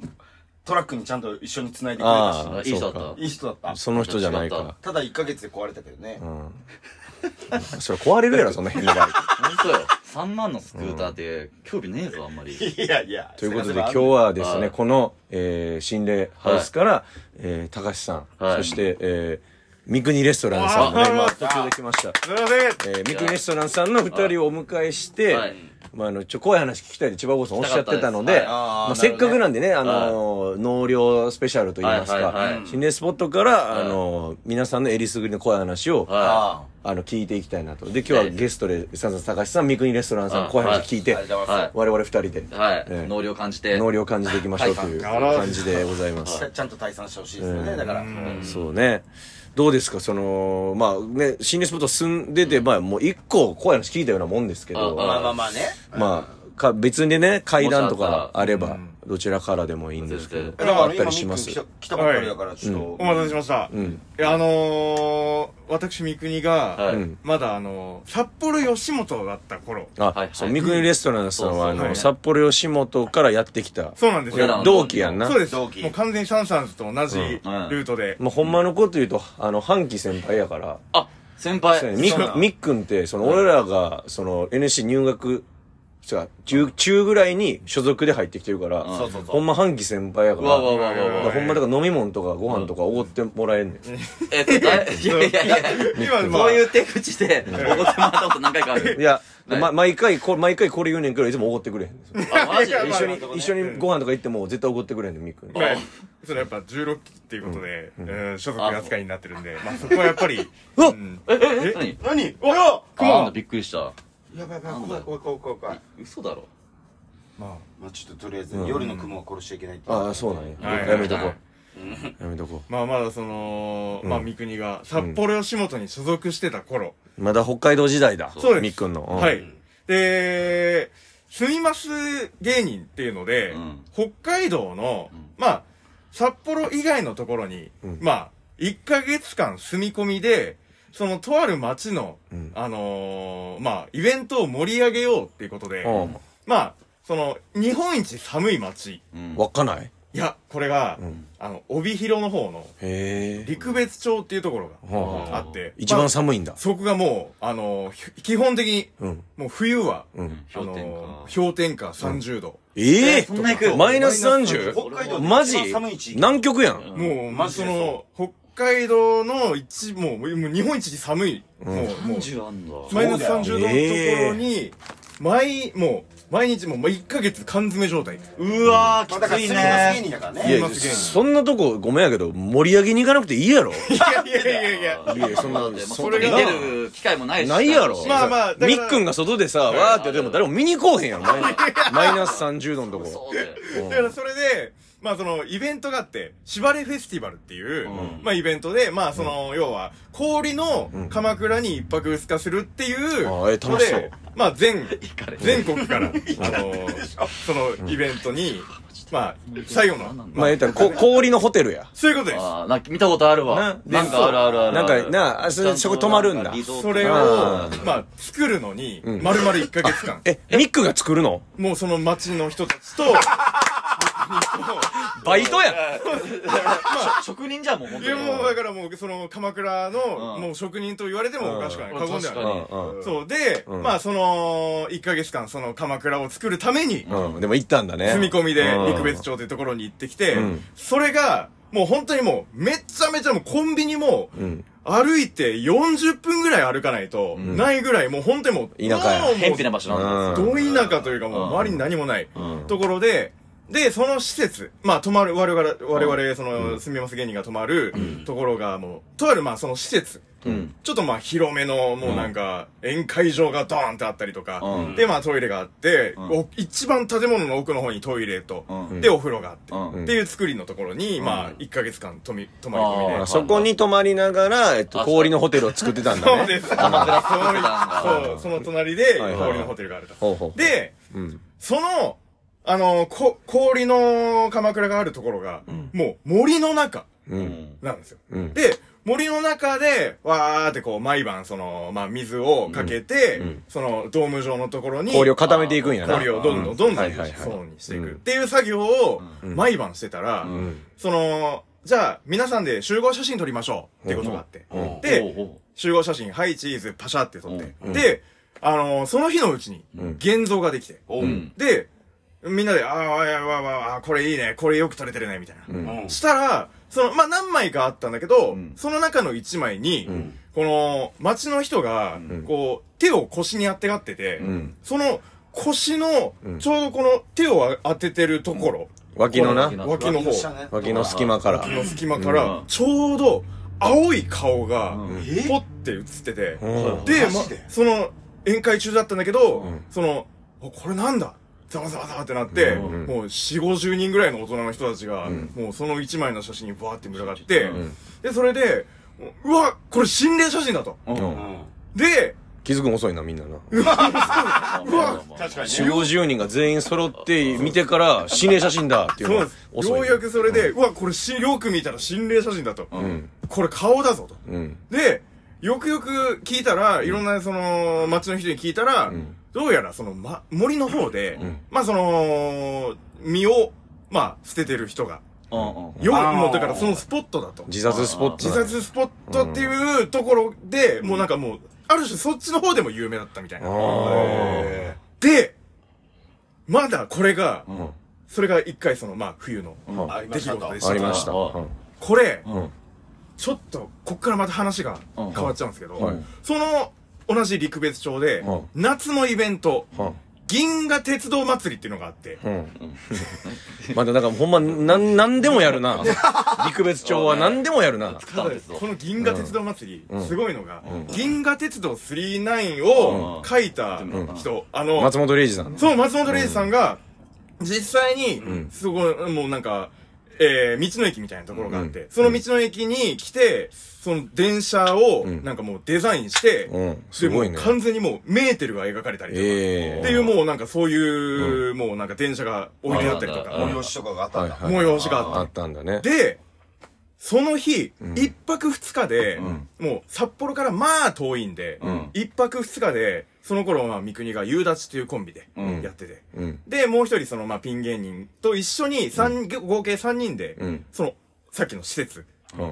D: トラックにちゃんと一緒に繋いでくれ
B: あ
D: た
B: あ、
C: いい人だった
B: そうか
D: し、いい人だった。
B: その人じゃない
C: 違った
B: か。
D: ただ1ヶ月で壊れたけどね。
B: それ壊れるやろ、そんな変に。
C: 本当よ。3万のスクーターって、興味ねえぞ、あんまり。
D: いやいや。
B: ということで
D: せ
B: 今
D: かせ
B: 日
D: ば
B: はです
C: は
B: ね、
C: い
B: この、えー、心霊ハウスから、えー、高橋さん、
C: はい
B: そして、えー、三国レストランさんの
D: あ
B: ね、
D: ー
B: まあ
D: あ
B: 途中で来ました。
D: すいません
B: えー、三国レストランさんの二人をお迎えして、
C: はい
B: まあ、あの、ちょ、怖い話聞きたいって千葉郷さんおっしゃってたので、
C: 聞きた
D: かったですはいあー
B: まあ、
D: なるほどね
B: せっかくなんでね、あのー、納涼スペシャルと言いますか、
C: はいはいはい
B: 心霊スポットから、あのー、皆さんのえりすぐりの怖い話を、
C: は
D: あ
B: あの、聞いていきたいなと。で、今日はゲストで、さんざん高橋さん、三国レストランさ
C: は
B: ん、
C: い
B: 怖い話聞いて、
D: はいありがとうございます
B: 我々二人で
C: い。、はい。
B: ええ
C: 能量感じて。
B: 能量を感じていきましょうという
D: はいはい
B: 感じでございま
D: あ
B: す。
D: ちゃんと退散してほしいですよね、だから。
B: そうね。どうですか、その、まあね、心霊スポット住んでて、まあもう一個怖い話聞いたようなもんですけど、
C: あ
D: まあまあまあね。
B: まあ、か別にね、階段と
C: もしあ
B: か
C: ったら
B: あれば、どちらからでもいいんですけど
C: 全、
D: だ
B: あ
D: か
B: った
D: ら今、
B: り
D: ミ
B: しま
D: ック
B: す
D: 来。た来たばっかりだから、ちょっと。
A: お待たせしました。
B: うん。
A: いやあのー、私、三国が、
C: はい。
B: うん
A: まだあのー、札幌吉本だった頃、
B: あ、
C: はい
B: そう、
C: はい
B: 三国レストランさんは、あ
C: そうそう
B: の、
A: はい
B: 札幌吉本からやってきた、
A: そうなんです
C: 俺ら
A: よ
C: の。
B: 同期やんな。
A: そうです。
D: 同期
A: もう完全にサンサンズと同じルートで。
B: まあ、ほんまのこと言うと、あの、半期先輩やから、
C: あ、先輩。
B: そうやね
D: そうなの
B: みみっくんって、その、俺らが、その、NSC 入学、違う中、中ぐらいに所属で入ってきてるから、
C: うん
D: そうそうそう
B: ほんま半期先輩やか
C: う
B: ら、
C: わうわうわう
B: だか
C: わう
B: ら
C: わ。
B: ほんまだから飲み物とかご飯とかおごってもらえんねん。
C: えっと、だいいやいやいや。
A: 今、まあ
C: そういう手口で、おごってもらったこと何回かある。
B: いや、
C: はい
B: ま、毎回こ、毎回これ言うねんけど、いつもおごってくれへんねん。
C: あ、マジ
A: いやい
B: 一
A: や
B: 緒
A: ま
B: に
A: あ、
B: 一緒にご飯とか行っても絶対おごってくれへんねん、みっくん。
A: まあそれやっぱ16期っていうことで、うん所属扱いになってるんで、まあそこはやっぱり、
B: わ
A: うん
C: え、え、何
D: 何うわ
C: クマなんだ、びっくりした。
D: やばいやばい、怖い怖い怖い怖い怖い。
C: 嘘だろ。
A: ま
D: まあちょっととりあえず、夜の雲を殺しちゃいけないっていう。
B: ああ、そうなんや。
A: はい
B: やめとこう。やめとこ
A: あ、まあまだその、まあ三国が札幌吉本に所属してた頃、
B: う。まだ北海道時代だ。
A: そうです
B: みっくんの。うん
A: はい。で、住みます芸人っていうので、
C: うん
A: 北海道の、まあ、札幌以外のところに、まあ、1ヶ月間住み込みで、その、とある町の、あのーまあ、イベントを盛り上げようっていうことで、
B: うん。
A: まあ、その、日本一寒い町。
C: うん。
B: 稚内
A: いや、これが、あの、帯広の方の、
B: へえ。
A: 陸別町っていうところ
B: は
A: があって、
B: 一番
A: ま
B: 寒いんだ
A: あ。そこがもう、あのーひ基本的に、
B: うん。
A: もう冬は、
B: うん。
A: あ
C: 氷
A: の
C: 点下。
A: 氷点下30度、
B: ええ
C: そんな行く
B: マイナス
D: 北
B: 30?
D: 海道で
B: マジ
D: 一番寒い地域。
B: 南極やん。
A: もう
D: マジ
A: そ
D: で
A: の北海道の一もうもう日本一に寒い、もうもう
C: 30あんだ。
A: マイナス30度のところ
B: え
A: に、毎もう毎日もう1ヶ月缶詰状態
C: うわ
D: まあ
C: ー、
D: だ
C: き
D: から、
C: つ
D: ス
C: いね。
D: リマス芸人だから
B: い
D: ね。
B: や、そんなとこ、ごめんやけど、盛り上げに行かなくていいやろ。
A: いやいやいやいや
B: いやそんな
C: でも
B: そ
C: そ
B: れ
C: れ
B: が
C: 見てる機会もないし。
B: ないやろ。
A: まあまあだから
B: みっくんが外でさ、わーってやっても誰も見に行こうへんやろ。マイナマイナス30度のとこ。
C: そうだよ。
A: だからそれでまあそのイベントがあって縛れフェスティバルっていう、
C: うん
A: まあイベントでまあその、要は氷の鎌倉に一泊二日するっていう、
B: あーえー楽しそう
A: ので まあ全
C: かれ
A: 全国からあのそのイベントに、 まあ最後の
B: まあ言ったら、こ氷のホテルや。
A: そういうことです。
C: あーなんか見たことあるわ。
B: な
C: なんかあるあるある。
B: なんかなあそれそこ泊まるんだ
A: それを
B: あ、
A: まあ、作るのに、丸々1ヶ 月間。
B: え、みっくんが作るの
A: もうその町の人たちと、
B: バイトやん
C: 職人じ ゃんもう本
A: い
C: 当
A: や
C: に。
A: もうだからもう、その鎌倉の、
C: うん
A: もう職人と言われてもおかしくない。
C: うん
A: 過言では
C: 確
A: な
C: か
A: い。
B: うん
A: そう。で、まあ、その、1ヶ月間、その鎌倉を作るために、
B: うん。うん。でも行ったんだね。
A: 住み込みで
B: うん
A: 陸別町というところに行ってきて
B: うん、
A: それが、もう本当にもう、めちゃめちゃもうコンビニも、
B: うん。
A: 歩いて40分ぐらい歩かないと、ないぐらい、もう本当にもう、
B: 田舎や
A: もう
C: 偏僻な場所なん
A: ど田舎というかもう
C: うん
A: 周りに何もない
C: ん
A: ところで、で、その施設、まあ、泊まる、我々、我々、その、すみます芸人が泊まるところが、もう、とある、まあ、その施設、
C: うん。
A: ちょっとまあ、広めの、もうなんか、宴会場がドーンってあったりとか、
C: うん。
A: で、まあ、トイレがあって、
C: うん
A: お一番建物の奥の方にトイレと、
C: うん。
A: で、お風呂があって、
C: うん
A: っていう作りのところに、まあ
C: うん、
A: 1ヶ月間、とみ、泊まり込みで
C: あー。
B: そこに泊まりながら、えっと、
C: あ
B: 氷のホテルを作ってたん
A: そ
B: だ
A: う
B: ね。
A: です。たまた
C: あ
A: ま
C: ー
A: そう、その隣で、
B: はいはい
A: 氷のホテルがあると。
B: ほうほう。
A: で、
B: うん。
A: その、あの、こ、氷の鎌倉があるところが、もう森の中
B: う。
C: うんん。
A: なんですよ。
B: うん。
A: で、森の中で、わーってこう、毎晩、その、まあ、水をかけ
B: う
A: て、
B: んうん
A: その、ドーム状のところに、
B: 氷を固めていくんやな。
A: 氷をどんどんどんど
B: は
A: ん
B: いはいはい
A: 層にしてい
B: うん
A: くっていう作業を
B: うん
A: 毎晩してたら、
C: う
B: うん。
A: その、じゃあ皆さんで集合写真撮りましょうってことがあって、
C: うん
A: で、
C: おうおう
A: 集合写真、はいチーズ、パシャって撮って、
B: うん
A: で、あのーその日のうちに
B: うん
A: 現像ができて、
D: お
C: うん。
A: で、みんなで、あーわーわーわーわーあー、これいいね、これよく撮れてるね、みたいな。
B: うん
D: うん
A: したら、その、まあ、何枚かあったんだけど、
C: うん
A: その中の1枚に、
B: うん
A: この、街の人が、
B: ん
A: こう、手を腰にあてがってて、
B: うん。
A: その腰の
B: うん、
A: ちょうどこの手を当ててるところ、
B: 脇のな
C: こ、の
A: 脇の方、
D: 下ね
B: 脇の隙間から。
A: の隙間か
C: う
A: ら
C: ん、
A: ちょうど青い顔が、
C: うん
D: え
A: ポッて映ってて、
B: うん
A: で、
D: マ
A: ま
D: ジで、
A: その、宴会中だったんだけど、
B: うん
A: その、おこれなんだざわざわざわってなって、
B: うんうん
A: もう4、50人ぐらいの大人の人たちが、
B: うん
A: もうその1枚の写真にバーって群がって、
B: うん
A: で、それで、うわ、これ心霊写真だと。
C: うん
B: う
D: うんん
A: で、
B: 気づくの遅いな、みんなな。
C: うわ
D: 確かに
B: 主
D: ね
B: 要10人が全員揃って見てから、心霊写真だっていう
A: そう
B: のが
A: なんです。
B: 遅い
A: よ
B: な。
A: うやくそれで、うわ、これし、よく見たら心霊写真だと。
B: うん。
A: これ顔だぞと。
B: うん。
A: で、よくよく聞いたら、いろんなその、町の人に聞いたら、
B: うん
A: どうやらその、ま、森の方で、
B: ん
A: まあその、身を、まあ、捨ててる人が、
C: うんうん。
A: よ、
D: あー
A: もうだからそのスポットだと。
B: 自殺スポット
A: 自
B: だ。
A: 殺スポットっていうところで、もうなんかもう、ある種そっちの方でも有名だったみたい
B: あ
A: な。
B: ー
A: で、まだこれが、
C: うん
A: それが一回その、まあ冬の
C: うん
D: ありま
A: 出
D: し
A: 来
D: た
A: 事
D: と
A: でし
B: あ
A: た
B: り。ました。
C: あー
B: うん
A: これ、
C: うん
A: ちょっと、こっからまた話が変わっちゃうんですけど、
B: はい
A: その、同じ陸別町で
B: うん、
A: 夏のイベント、
B: うん
A: 銀河鉄道祭りっていうのがあって、
B: うん。まだなんかほんま、なん、なんでもやるな。陸別町はなんでもやるな。
C: 使
A: た
C: う
A: だ
C: んですぞ
A: この銀河鉄道祭
B: ん
A: り、すごいのが
C: うん、
A: 銀河鉄道39を書いた
C: うん
A: 人、あの、
B: 松本零士さんの。
A: そう、松本零士さんが、実際に
B: ん、
A: すごい、もうなんか、えー、道の駅みたいなところがあって、その道の駅に来て、その電車を、
B: ん
A: なんかもうデザインして、
B: うん。す
A: でも
B: ご
A: う
B: いね。
A: 完全にもうメーテルが描かれたりとか、
B: ええ。
A: っていうもうなんかそういう、もうなんか電車が置いてあったりと
C: あー
A: か、
D: 催しとかがあった
B: は
D: ん
B: い
D: だ
B: はい。
A: 催しがあって
B: あったんだね。
A: で、その日、一泊二日で、
C: ん
A: もう札幌からまあ遠いんで
C: うん、
A: 一、泊二日で、その頃はまあ三国が夕立というコンビで
C: うん
A: やってて、
B: うん。
A: で、もう一人そのまあピン芸人と一緒に三、合計三人で、
B: うん
A: その、さっきの施設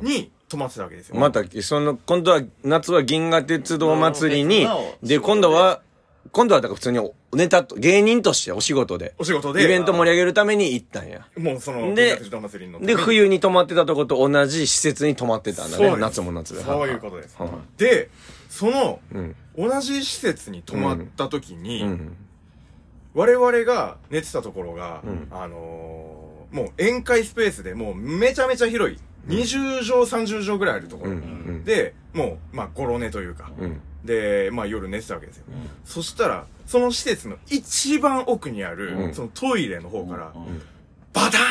A: に泊まってたわけですよ。
B: また、その、今度は、夏は銀河鉄道祭りに
C: なお、
B: で、今度は、今度はだから普通におネタと、芸人としてお仕事で、
A: お仕事
B: イ
A: で、
B: ベント盛り上げるために行ったんや。
A: もうそ
B: で
A: の、銀河鉄道祭りの時に
B: で、冬に泊まってたとこと同じ施設に泊まってたんだ
A: そう
B: ね。
A: です
B: 夏も夏で。
A: そういうことです。
B: は
A: で、その、
B: ん
A: 同じ施設に泊まった時に、
B: いうん。
A: 我々が寝てたところが、あのー、もう宴会スペースでもうめちゃめちゃ広い、20畳30畳ぐらいあるところ、
B: うんうん
A: で、もう、まあ、ゴロ寝というか、
B: うん。
A: で、まあ夜寝てたわけですよ。そしたら、その施設の一番奥にある、
B: うん
A: そのトイレの方から、
C: うん
A: バターン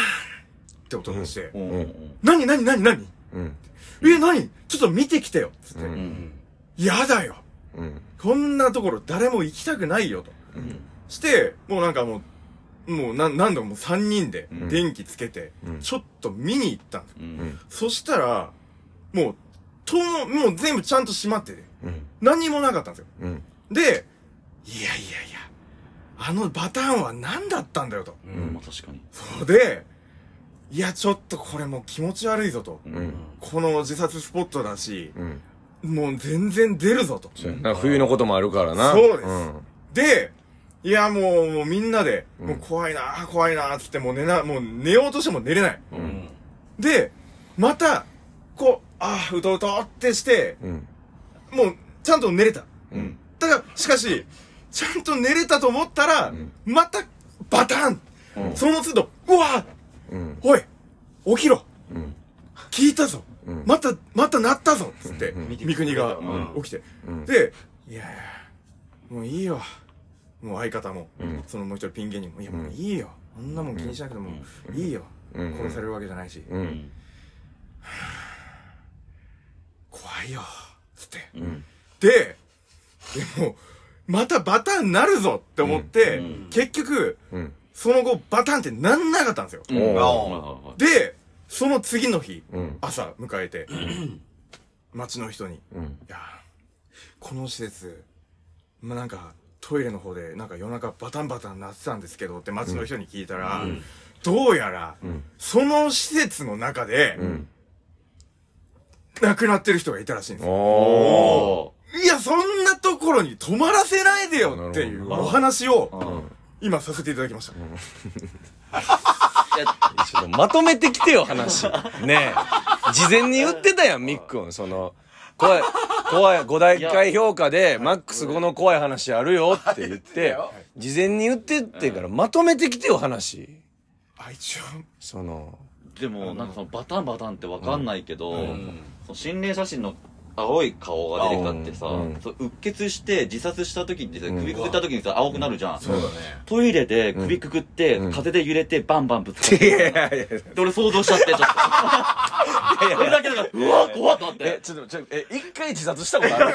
A: って音がして、
C: うんうん
A: 何何何何
B: うん。
A: え、何ちょっと見てきてよつって、
B: う
C: うんん
A: やだよ
B: うん。
A: こんなところ誰も行きたくないよと。して、もうなんかもう、もう何何度も3人で
C: うん
A: 電気つけて、
B: うん
A: ちょっと見に行ったんです。
C: うん
A: そしたら、もう、とも、もう全部ちゃんと閉まってて、
B: うん。
A: 何にもなかったんですよ。
B: うん。
A: で、いやいやいや、あのバターンは何だったんだよと。
C: うんまあ確かに
A: そうで、いや、ちょっとこれもう気持ち悪いぞと。
C: うん
A: この自殺スポットだし、
B: うん。
A: もう全然出るぞと。
B: そうやな冬のこともあるからな。
A: そうです
B: ん
A: で、いや、もう、もうみんなで、
B: ん
A: もう怖いなあ、怖いなあ、つって、もう寝な、もう寝ようとしても寝れない。
D: うんん
A: で、また、こう、ああ、うとうとってして、
B: うん。
A: もう、ちゃんと寝れた。
B: うん。
A: ただ、しかし、ちゃんと寝れたと思ったら、
B: ん
A: また、バタン
C: う
A: その都度、うわ
B: うん
A: おい起きろ
B: うん
A: 聞いたぞ、
B: うん
A: また、また鳴ったぞつって、
B: うん
A: 三国が
C: うん
A: 起きて。
B: うん
A: で、いやいや、もういいよ。もう相方も、
B: うん
A: そのもう一人ピン芸人も、いや
B: うん
A: もういいよ。あんなもん気にしなくてもいいよ。
B: うん
A: 殺されるわけじゃないし。
B: う
C: うんん
A: 怖いよ。つって。
C: うん
A: で、でも、またバターンなるぞって思って、
C: うんう
A: 結局、
B: うん
A: その後バターンってなんなかったんですよ。
C: うん
B: おー
C: はいはいはい
A: で、その次の日、
B: うん
A: 朝迎えて、街の人に、
B: うん
A: いやー、この施設、まあ、なんか、トイレの方で、なんか夜中バタンバタンなってたんですけどって街の人に聞いたら、どうやら、
B: ん
A: その施設の中で、
B: うん
A: 亡くなってる人がいたらしいんですよ。
B: おー
C: お
A: いや、そんなところに泊まらせないでよっていう
B: なるほ
A: お話を、
C: ー
A: 今させていただきました。
C: いや
B: ちょっとまとめてきてよ話ねえ事前に言ってたやんみっくんその怖い怖い5大会評価でマックス5の怖い話あるよって言って事前に言ってってからまとめてきてよ話
A: あ、一応、
B: その
C: でもなんかそのバタンバタンってわかんないけど、その心霊写真の青い顔が出てきたってさ、
B: うんうん
C: そううっ血して自殺した時にさ首くくった時にさ青くなるじゃん、
D: そうだね。
C: トイレで首くくって、風で揺れてバンバンぶつかっ
B: い
C: て、
B: やいやいや
C: で俺想像しちゃってちょっとそれだけだからうわ怖っと思って
B: えちょっとちょっとえ一回自殺したことある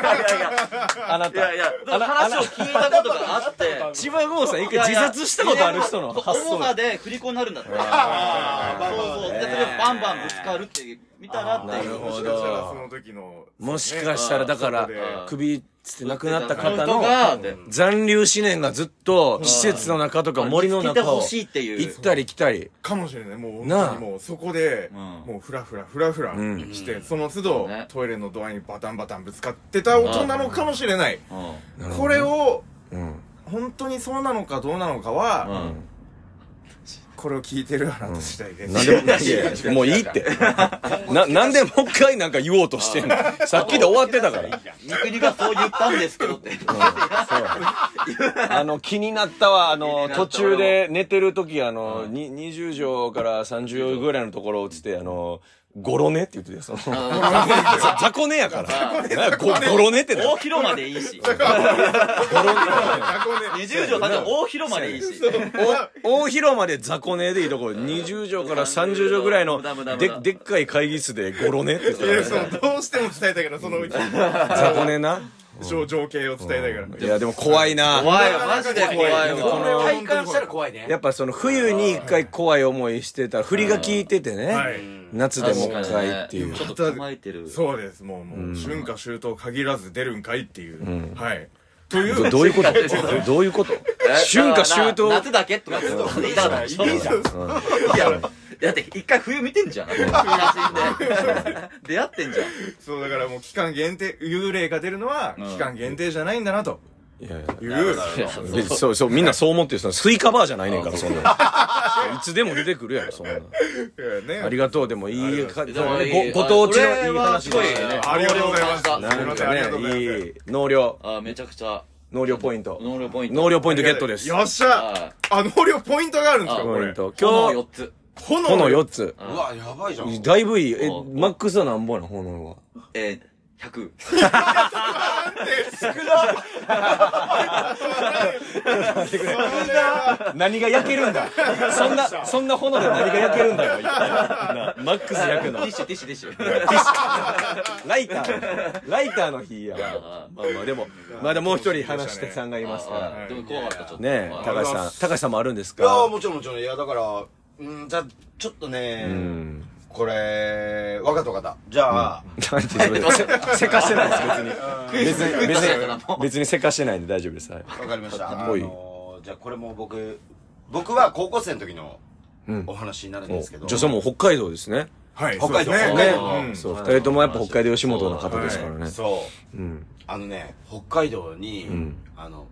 B: あない
C: やいや
B: た、
C: でも話を聞いたことがあって。
B: 千葉郷さん一回自殺したことある人の発
C: 重
B: 想
C: さで振り子になるんだって。そうそう。で、それバンバンぶつかるって、見たらっていう。
A: もしかしたらその時の、
B: もしかしたらだから
A: うん
B: 首つって亡くなった方の
C: が、で
B: 残留思念がずっと施設の中とか森の
C: 見て
B: 中を
C: ほしいっていう。
B: 行ったり来たり
A: かもしれない。もう、
B: なあ
A: 本当にもうそこで、
C: うん
A: もうフラフラフラフラ
B: うん
A: して、その都度、
C: ね
A: トイレのドアにバタンバタンぶつかってた大人なのかもしれない。
C: うん。
A: これを、
B: うん
A: 本当にそうなのかどうなのかは、
C: うん。
A: これを聞いてるあなた次第です。
B: 何でもいやいや もういいってななんでもう一回なんか言おうとしてん のさっきで終わってたから
C: 三国がそう言ったんですけどって。
B: あの気になったわあの
C: 気になった
B: 途中で寝てる時あの、に20畳から30畳ぐらいのところをつってあのゴロ寝って言ってたよそのざ 雑魚寝やからなんやゴゴロ寝ってな
C: 大広間でいいし。
A: 雑魚ね
C: 二十条さん大広間でいいし。
B: 大広間で雑魚寝でいいとこ20畳から30畳ぐらいの
C: 無駄無駄無
B: で
C: 駄
B: でっかい会議室でゴロ寝って言って
A: いや
B: た
A: そのどうしても伝えたいから、そのうち、
B: 雑魚寝な
A: 情情景を伝えたいから。
B: いやでも怖いな
C: 怖いよ、マジで怖いよ。
D: これ
A: は
D: を体感したら怖いね。
B: やっぱその冬に一回怖い思いしてたら振りが効いててね、
A: はい
B: 夏でもう一回っていう、
C: ちょっと構えてる。
A: そうです。もう、もう、春夏秋冬限らず出るんかいっていう。はい。という。
B: どどういうことどういうこと春夏秋冬
C: 夏だけとかって言ってたでしょ。いや、だって一回冬見てんじゃん。写真で。出会ってんじゃん。
A: そう、だからもう期間限定、幽霊が出るのは
C: うん
A: 期間限定じゃないんだなと
B: いやいや
A: いう。
B: でそうそうみんなそう思ってるそのスイカバーじゃないねんからそんなんいつでも出てくるやろそんなん
A: ね
B: ありがとうでもいいかでもねごご
C: ご当
B: 当地
C: 地
B: のいい
C: は
B: 話
C: すごい
B: でしたね
A: ありがとうございます
B: なん
A: すいませんありが
B: か
A: とうござ
B: ね
A: います
B: いい納涼
C: あ、めちゃくちゃ、
B: 納涼ポイント
C: 能量ポイント。
B: 納涼ポイントゲットです
A: よっしゃ
C: あ、
A: あ、能量ポイントがあるんですかこ
B: ポイ
A: れ
B: ン。ト
C: 今日
B: 今
C: 4
B: 日
C: つ。
A: 炎
B: 炎4つ
D: うわ、やばいじゃん。
B: だいぶいいえ
C: あ
B: マックスはなんぼやな炎 は
C: えー、100。
B: 何が焼けるんだそんなそんな炎で何が焼けるんだよ一体なマックス焼く
C: テ
B: の
C: ィッシュ、ティッシュ、ティッシュ。
B: ライターライターの日やわ
C: あ
B: まあまあでもまだもう一人話してさんがいますから
C: あでも怖かった、ちょっと。
B: ねえ
C: まあ
B: 高橋さん高橋さんもあるんです
D: いやー
B: か
D: もちろんもちろん。いや、だから、うん、じゃあ、ちょっとね、
B: うん
D: これ、わかったわかった。じゃあ、
B: なんて言うのせかしてないです別に別に別に別にせかしてないんで大丈夫ですはい
D: わかりました。あ
B: おい
D: のー、じゃあこれも僕、僕は高校生の時の
B: うん
D: お話になるん
B: お
D: で
B: じ
D: すけ
B: ゃ
D: ど。
B: あそうもう北海道ですね
A: はい。
D: 北海道
A: そうです
D: 北
B: ね
D: 海道
A: うん
B: そう二人ともやっぱ北海道吉本の方ですからね
D: そう。
B: うん
D: あのね、北海道に、
B: ん
D: あの、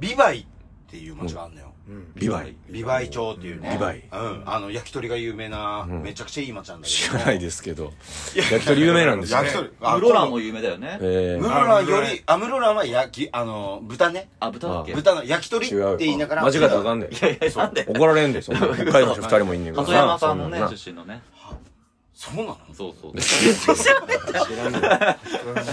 D: ビバイっっていう町があんのよ。
B: ビバイ。
D: 美梅町っていうね。
B: 美梅
D: うん。あの、焼き鳥が有名な、めちゃくちゃいい町なんだ
B: 知
D: け
B: らないですけど。焼き鳥有名なんですよ
D: ど。。焼き鳥。あ
C: ムロランも有名だよね。
B: え
D: ム
B: ー
D: ロランより、あ、ムロランは焼き、あの、豚ね。
C: あ、豚だっけ
D: 豚の焼き鳥っ
B: 違
D: て
B: う。
D: 言いながら。
B: 間違ったらあかんで。
C: いやいや、なんで
B: 怒られんで、そんな。北海道二人もいんねんから
C: 鳩
B: な。
C: 山さんのね
B: そな、
C: 出身のね。
D: そうなの
C: そうそう。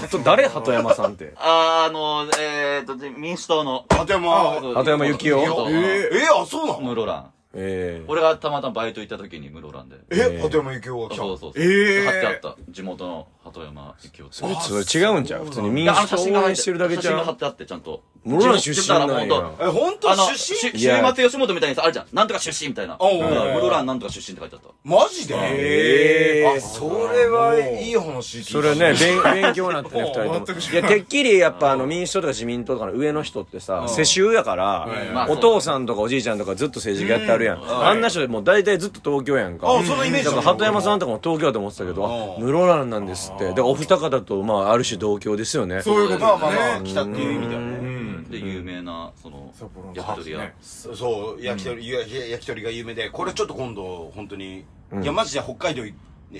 B: と誰鳩山さんって。
C: あー、あの、えーと、民主党の。
D: 鳩山。
B: 鳩山幸男
C: そう
D: えー、えー、あ、そうなの
C: ムロラン。
B: ええ。
C: 俺がたまたまバイト行った時にムロランで。
D: え、鳩山幸男が来た
C: そうそうそう。
A: えー
C: 貼ってあった。地元の鳩山幸男
B: それそれ違うんちゃう普通に
C: い
B: 民
C: やあの
B: 主党
C: が
B: 応
C: 貼っ
B: 援してるだけ
C: 写
B: じ
C: 真が
B: ゃ
C: 貼っ
B: ん。
C: てあって、ちゃんと。
B: ムロラン出身なん
C: だからもう
B: や。
D: え、本当
C: あの、
D: 出
C: し
D: 身
B: い
C: 週
B: や
C: 末吉本みたいにさ、あるじゃん。なんとか出身みたいな。
D: おう
C: だから
D: おう
C: ムロランなんとか出身って書いてあった。
D: マジで
B: えー
D: あ、それはいい話聞いた
B: それね、勉勉強になってね、二人
A: もう
B: と
A: 全
B: も。
A: く知
B: い
A: ら
B: や、
A: な
B: てっきりやっぱあの民主党とか自民党とかの上の人ってさ、世襲やか
A: い
B: ら
C: は、い
B: お父さんとかおじいちゃんとかずっと政治家やってあるやん。あんな人でもう大体ずっと東京やんか。
D: あそのイメージだ
B: だから鳩山さんとかも東京だと思ってたけど、あ
D: うん
B: 室蘭なんですって。で、お二方と、まあ、ある種同郷ですよね。
A: そういうこと
D: まあ
A: だ
D: まあまあ、
A: ね。
D: 来たっていう意味では
A: う
D: ね。
A: ん。
C: で、有名な、その
A: 札幌、の
C: 焼き鳥屋
A: ね。
D: そう、焼き鳥、ゆ焼き鳥が有名で、これちょっと今度、本当に、いや、マジで北海道い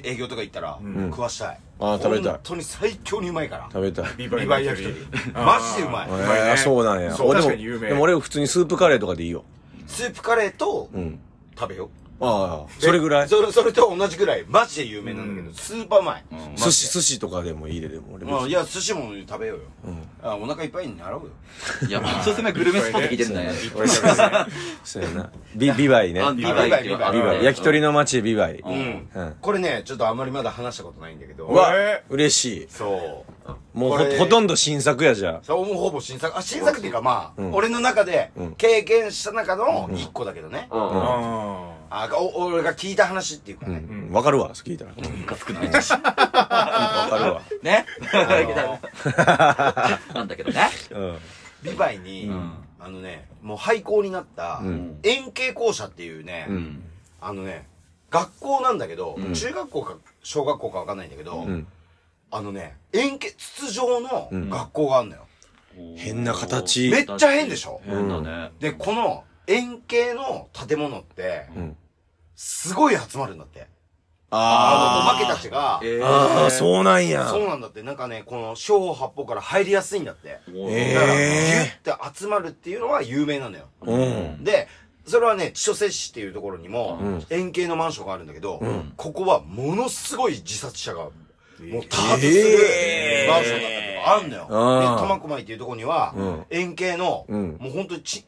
D: 営業とか行ったら、食わしたい。
B: あー食べたい
D: 本当に最強にうまいから。
B: 食べたい。
A: ビ
D: リバイ焼き鳥。 マジでうまい。
A: いね
B: えーそうなんや。
A: そう
B: 俺でも
A: 確かに有名
B: でも俺普通にスープカレーとかでいいよ。
D: スープカレーと
B: ん、
D: 食べよ
B: ああ、それぐらい。
D: それ、それと同じぐらい、マジで有名なんだけど、スーパーうまい。
B: 寿司、寿司とかでもいいで、でも俺別
D: まあ、い
B: に。
D: や、寿司も食べようよ。あお腹いっぱいになろうよ。
C: いや、おすすめグルメスポット聞いてるんだよ。
B: 俺そうやなそうやな。ビ、ビバイね。
C: あ
B: ビ
C: ビ
D: バ
C: バ
D: イ
C: イ
D: ビバイ
B: バイ。焼き鳥の街ビバイ。
D: う。
B: うんん。
D: これね、ちょっとあんまりまだ話したことないんだけど。
B: うわ
A: え、
B: 嬉しい。
D: そう。
B: もう
D: これ
B: ほ、ほとんど新作やじゃん。
D: そうもうほぼ新作。あ、新作っていうかまあ、俺の中で、経験した中の一個だけどね。
A: あ
D: あお俺が聞いた話っていうかね。
B: うんわかるわ、聞いたら。うん
C: ムカつくないね。
B: わかるわ。
C: なんだけどね。
B: うん。
D: ビバイに、あのね、もう廃校になった、円形校舎っていうね、あのね、学校なんだけど、中学校か小学校かわかんないんだけど、
B: ん
D: あのね、円形、筒状の学校があるのよ。
B: 変な形
D: めっちゃ変でしょ
C: 変だね。
D: で、この円形の建物って、
B: ん
D: すごい集まるんだって。
B: あ
D: あの、おまけたちが、
C: え
B: あ。ああ、そうなんや。
D: そうなんだって、なんかね、この四方八方から入りやすいんだって。
B: え
D: だから、ギュッて集まるっていうのは有名なのよ。
B: うん。
D: で、それはね、千歳市っていうところにも、円形のマンションがあるんだけど、ここはものすごい自殺者が、もう多発する
B: えー
D: マンションだったりとかあるのよ。
B: あー
D: で、苫小牧っていうところには、円形の、
B: ん
D: もう本当にち、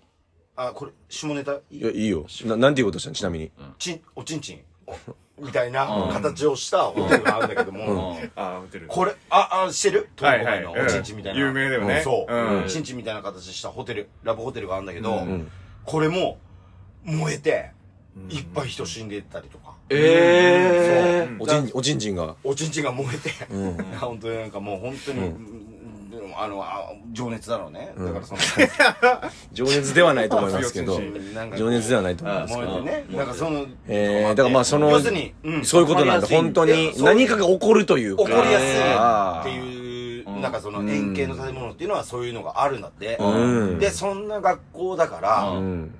D: あ、これ、下ネタ
B: いや、いいよ。な、なんていうことしたんちなみに。
D: ちん、おちんちん、おみたいな形をしたホテルがあるんだけども、
A: ーあー、ホテル。
D: これ、あ、あ、してる
A: は
D: 東
A: いは
D: 海
A: い
D: のおちんちんみたいな。
A: うん有名だよね
D: うんそう。
A: うん
D: おちんちんみたいな形したホテル、ラブホテルがあるんだけど、これも、燃えて、いっぱい人死んでたりとか。
C: え
D: そう
B: おちん、おちんちんが。
D: おちんちんが燃えて、 本当になんかもう本当に、うんあの、あ情熱だろうね。だからその、
B: 情熱ではないと思いますけど
A: 強 い。
D: なん か
B: 情熱ではないと思いますけど。
D: 燃えてね。なんかその、
B: えー、だからまあその、
D: 要するに、うん
B: そういうことなんだ。
C: 起こりやすい
B: 本当に、何かが起こるというか。
D: 起こりや
B: あ
D: すい
B: ー
D: っていう、なんかその円形の建物っていうのはそういうのがあるんだって。
B: うん
D: で、そんな学校だから、
C: う
B: うん。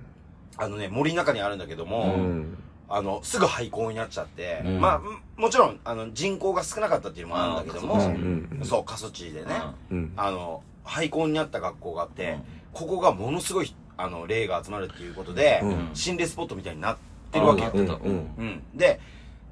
D: あのね、森の中にあるんだけども、
B: うん。
D: あの、すぐ廃校になっちゃって、
C: ん
D: まあうん、もちろん、あの、人口が少なかったっていうのもあるんだけども、
C: あー過
B: うん
D: そう、過疎地でね、
B: うん。
D: あの、廃校になった学校があって、
C: うん
D: ここがものすごい、あの、霊が集まるっていうことで、
B: ん
D: 心霊スポットみたいになってるわけよ。
B: うん。
D: うん。で、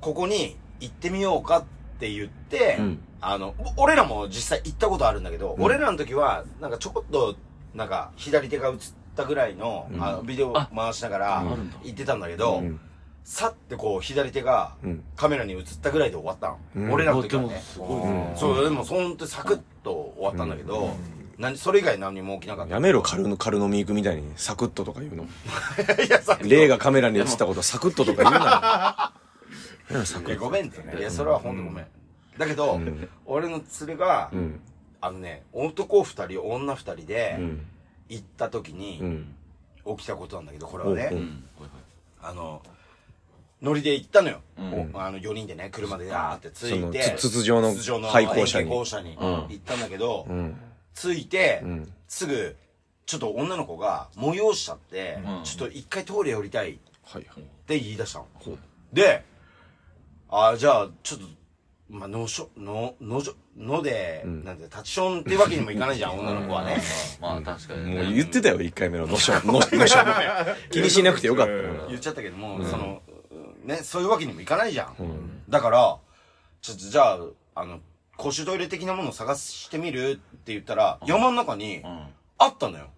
D: ここに行ってみようかって言って、
B: うん
D: あの、お俺らも実際行ったことあるんだけど、俺らの時は、なんかちょこっと、なんか左手が映ったぐらいの、あのビデオ回しながら
C: んだ
D: 行ってたんだけど、
B: ん
D: さってこう左手が
B: うん
D: カメラに映ったぐらいで終わったん。
B: うん
D: 俺らの時は
C: でも
D: ね。
C: すごい
A: ね
D: そう、でもそんとサクッと終わったんだけど、何それ以外何も起きなかった。
B: やめろ、軽の、軽飲み行くみたいに、サクッととか言うの。
D: いや、さ
B: 霊がカメラに映ったことをサクッととか言うな。何やサク
D: いや
B: ッ
D: ごめんってね。いや、それはほんとごめん。だけど、俺の連れが、
B: うん。
D: あのね、男二人、女二人で
B: う、ん。
D: 行った時
B: う
D: に、
B: ん。
D: 起きたことなんだけど、これはね、
B: うん
C: うん。
D: あの、乗りで行ったのよ。
C: うん
D: あの、4人でね、車でダーってつ
B: そ
D: い
B: の、
D: て、
B: つ筒状の
D: 筒状の
B: 廃校舎
D: 廃校
B: に。
D: 舎に行ったんだけど
B: う、ん。
D: ついて、すぐ、ちょっと女の子が催しちゃって、
C: うん
D: ちょっと一回トイレ寄りたいっ
B: はいはい。
D: て言い出したの。で、あじゃあ、ちょっと、まあ、のしょ、の、のじょ、ので、なんて、立ちションってわけにもいかないじゃん、女の子はね。
C: まあ確かにね。
B: もう言ってたよ、1回目ののしょ、のしょ、のしょ。気にしなくてよかった
A: う
B: よ
A: ん
D: 言っちゃったけども、その、ね、そういうわけにもいかないじゃん。だから、ちょっとじゃあ、あの、公衆トイレ的なものを探してみるって言ったら、山の中に、あったのよ。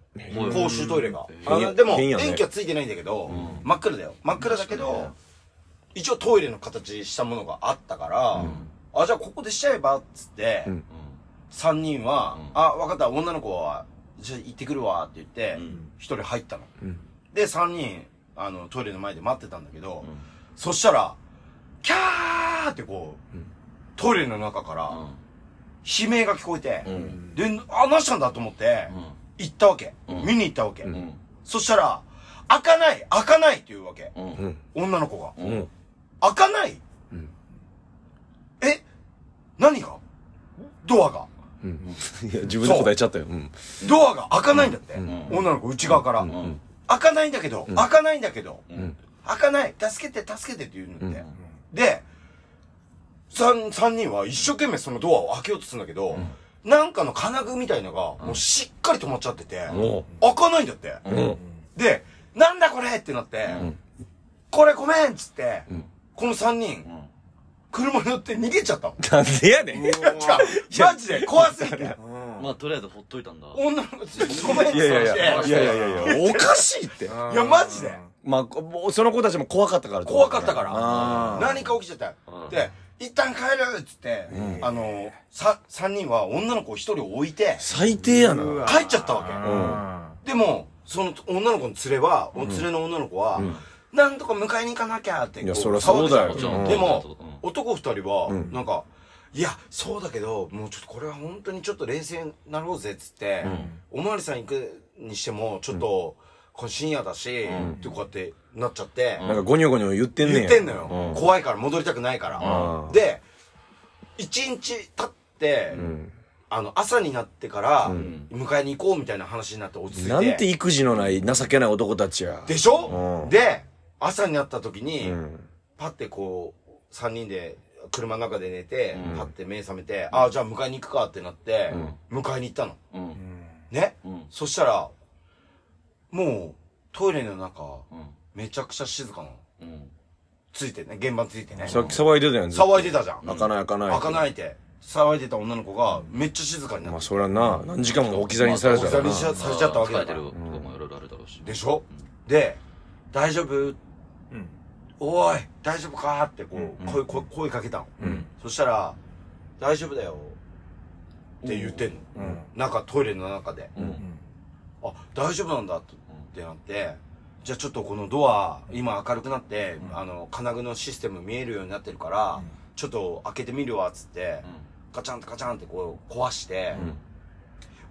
D: 公衆トイレが。あ
B: 変や
D: のでも、
B: 変やね
D: 電気はついてないんだけど、真っ暗だよ。真っ暗だけ
C: 確かに
D: ど
C: ね、
D: 一応トイレの形したものがあったから、あ、じゃあここでしちゃえば、っつって、3人は、あ、わかった、女の子は、じゃあ行ってくるわ、って言って、一人入ったの。で、3人、あの、トイレの前で待ってたんだけど、そしたら、キャーってこう、トイレの中から、悲鳴が聞こえて、で、あ、なしたんだと思って、行ったわけ、見に行ったわけ。そしたら、開かない開かないって言うわけ。
B: うん。
D: 女の子が。
B: うん。
D: 開かない、え何がドアが。
B: うん。いや、自分で答えちゃったよ。うん。
D: ドアが開かないんだって。女の子内側から、開かないんだけど、開かないんだけど、開かない助けて助けてって言うんだって。で、三、三人は一生懸命そのドアを開けようとするんだけど、なんかの金具みたいのが、もうしっかり止まっちゃってて、
B: おう
D: 開かないんだって。
B: うん。
D: で、なんだこれってなって、これごめんっつって、この三人、車に乗って逃げちゃったの。
B: なんでやねん。
D: いや、違う。マジで怖すぎて。
C: まあとりあえずほっといたんだ。
D: 女の子、ごめんっつって。
B: いやいやいや、いやいや
D: い
B: いやいや、おかしいって。
A: うん
D: や、マジで。
B: まあこもう、その子たちも怖かったから
D: 怖かったから
B: あ
D: 何か起きちゃった
C: う。ん
D: で、一旦帰るっつって、あの、さ、三人は女の子を一人置いて、
B: 最低やな。
A: うわ
D: 帰っちゃったわけで
A: うん
D: も、その女の子の連れは、お連れの女の子は、なんとか迎えに行かなきゃって。
B: いや
D: こ
B: そりゃそうだよ
D: 騒ぐじゃ
B: うんん
D: でも
C: うん、
D: 男二人は、なんか、いや、そうだけど、もうちょっとこれは本当にちょっと冷静になろうぜっつって、おまわりさん行くにしても、ちょっと、これ深夜だし、ってこうやってなっちゃって、
B: なんかゴニョゴニョ言ってんねん。
D: 言ってんのよ、
B: うん
D: 怖いから戻りたくないから、
B: うん
D: で1日経って、
B: ん
D: あの朝になってから、
C: ん
D: 迎えに行こうみたいな話になって落ち着いて
B: なんて育児のない情けない男たちや。
D: でしょ、
B: うん
D: で朝になった時に、
B: うん。
D: パッてこう3人で車の中で寝て、
C: うん
D: パッて目覚めて、ああじゃあ迎えに行くかってなって、迎えに行ったの
C: うん
D: ね、
C: うん
D: そしたらもうトイレの中
C: うん
D: めちゃくちゃ静かなの
C: うん
D: ついてね現場ついてね
B: さっき騒いでたやん。ずっと
D: 騒いでたじゃん
B: 開かない開かない。
D: 開かないって騒いでた女の子がめっちゃ静かにな
B: ま
D: っ
B: あ
D: て
B: そりゃな、何時間も置き去りにされたらな
D: 置き。去りにされちゃったわけだ
C: だ
D: から
C: 疲れてるとかもいろいろあるだろうし。
D: でしょで「大丈夫
A: うん
D: おい大丈夫か?」ってこう声声声かけたのそしたら「大丈夫だよ」って言ってん
A: う
D: の
A: ん
D: なんかトイレの中で
C: うん
D: 「あ大丈夫なんだ」ってなってじゃあちょっとこのドア今明るくなってあの金具のシステム見えるようになってるからちょっと開けてみるわっつってガチャンってガチャンってこう壊して、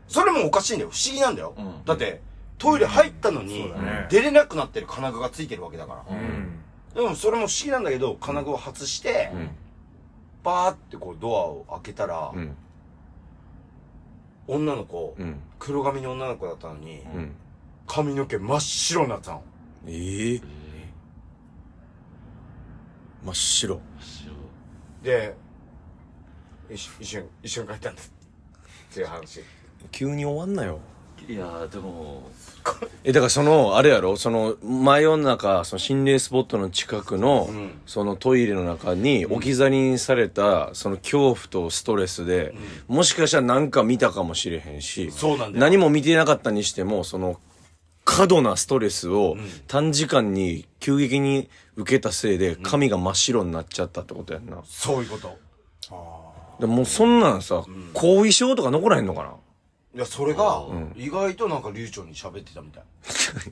D: それもおかしいんだよ。不思議なんだよ。
C: うん
D: だって、トイレ入ったのに、
A: そうだね
D: 出れなくなってる金具がついてるわけだから。
A: うん
D: でもそれも不思議なんだけど、金具を外して、バーってこうドアを開けたら、
B: うん。
D: 女の子、
B: うん。
D: 黒髪の女の子だったのに、
B: うん。
D: 髪の毛真っ白になってたの。
B: ええ。真っ白。
D: で、一瞬、一瞬、一瞬帰ったんです。っていう話。
B: 急に終わんなよ。
C: いやーでも、
B: え、だからその、あれやろその、真夜中、その心霊スポットの近くの、
D: ん
B: そのトイレの中に置き去りにされた、その恐怖とストレスで、もしかしたら何か見たかもしれへんし、
D: そうなんだよ
B: 何も見てなかったにしても、その、過度なストレスを短時間に急激に受けたせいで、髪が真っ白になっちゃったってことやんな。
D: そういうこと。
B: でもうそんなんさ、後遺症とか残らへんのかない
D: や、それが、意外となんか流暢に喋ってたみたい。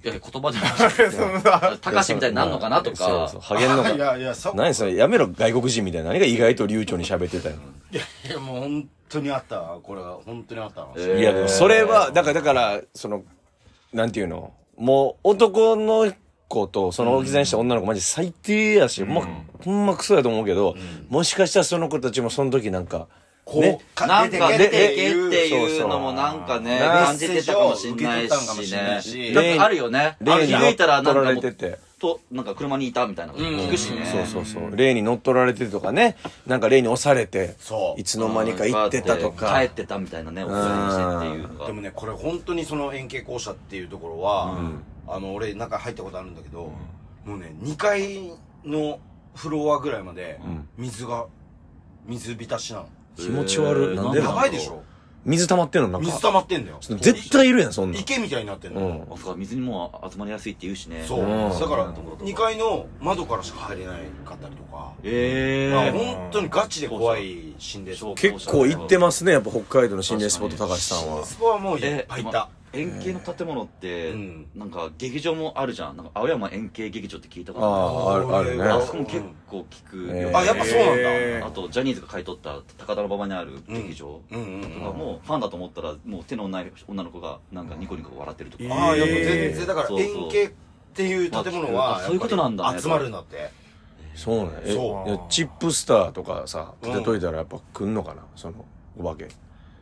C: いや言葉じゃない。高橋みたいになんのかなと
B: そう
C: か
B: そう、。ハゲんの
D: い
B: か。
D: やいや、そ
B: 何それやめろ外国人みたいな何が意外と流暢に喋ってたよ
D: いやいやもう本当にあったわこれは本当にあったわ、
B: いや、でもそれは、だから、だから、その、なんていうのもう、男の子と、その置き去りにした女の子、マジ最低やし、ま、ほんまクソやと思うけど、もしかしたらその子たちもその時なんか、
D: こうか、
C: なん
D: 出て
C: か
D: け
C: 出
D: ってて
C: け
D: いう
C: っていうのもなんかね、
B: そうそう
C: 感じてたかもしんない
D: メッセージを受け取ったのかも
C: し
D: しんない
C: ね。
D: し
C: だってあるよね。ある
B: に
C: 気づいたらな
B: 乗
C: ん
B: っ取
C: からも
B: れて
C: う、
B: て。
C: と、なんか車にいたみたいなこと聞くしね。
B: そうそうそう。例に乗っ取られてとかね。なんか例に押されて、
D: そう
B: いつの間にか行ってたとか。
C: 帰ってたみたいなね、お金してっていうのが。
D: でもねこれ本当にその円形校舎っていうところは、あの俺中入ったことあるんだけど、もうね2階のフロアぐらいまで水が水浸しなの、
B: 気持ち悪い。なんで
D: や
B: なん
D: ばいでしょ
B: 水溜まってんのなん
D: 水
B: か。
D: 溜まってんだよ
B: 絶対いるやん、そんなん。
D: 池みたいになってんの、
B: うん。
C: あそうか、水にも集まりやすいって言うしね。
D: そう、
B: うん
D: だから2階の窓からしか入れないかったりとか、
C: え
D: まあ
C: え。
D: 本当にガチで怖い心霊スポット
B: 結構行ってますね、やっぱ北海道の心霊スポット、高橋さん
D: 心霊
B: は。
D: スポはもうい
C: え
D: っぱいいた、
C: 円形の建物って、
D: うん
C: なんか劇場もあるじゃん。なんか青山円形劇場って聞いたこと
B: あ
C: あ
B: あ、ある
C: る。
D: ー
C: あ
B: ある
C: そこ
B: ね。
C: も結構聞くよ、
B: えー
D: あやっぱそうなんだ、
A: え
C: あとジャニーズが買い取った高田馬場にある劇場
D: うんうんう
C: と
D: ん
C: かもファンだと思ったらもう手のない女の子がなんかニコニコ笑ってるとか、
D: ああ、やっぱ
A: え
D: 全然、だから
C: そうそう
D: 円形っていう建物は、
C: あそういうことなんだね
D: やっぱり集まるんだって。
B: そうなんやえ
D: そう
B: いやチップスターとかさ、
D: うん
B: 立てといたらやっぱ来んのかな、その、お化け。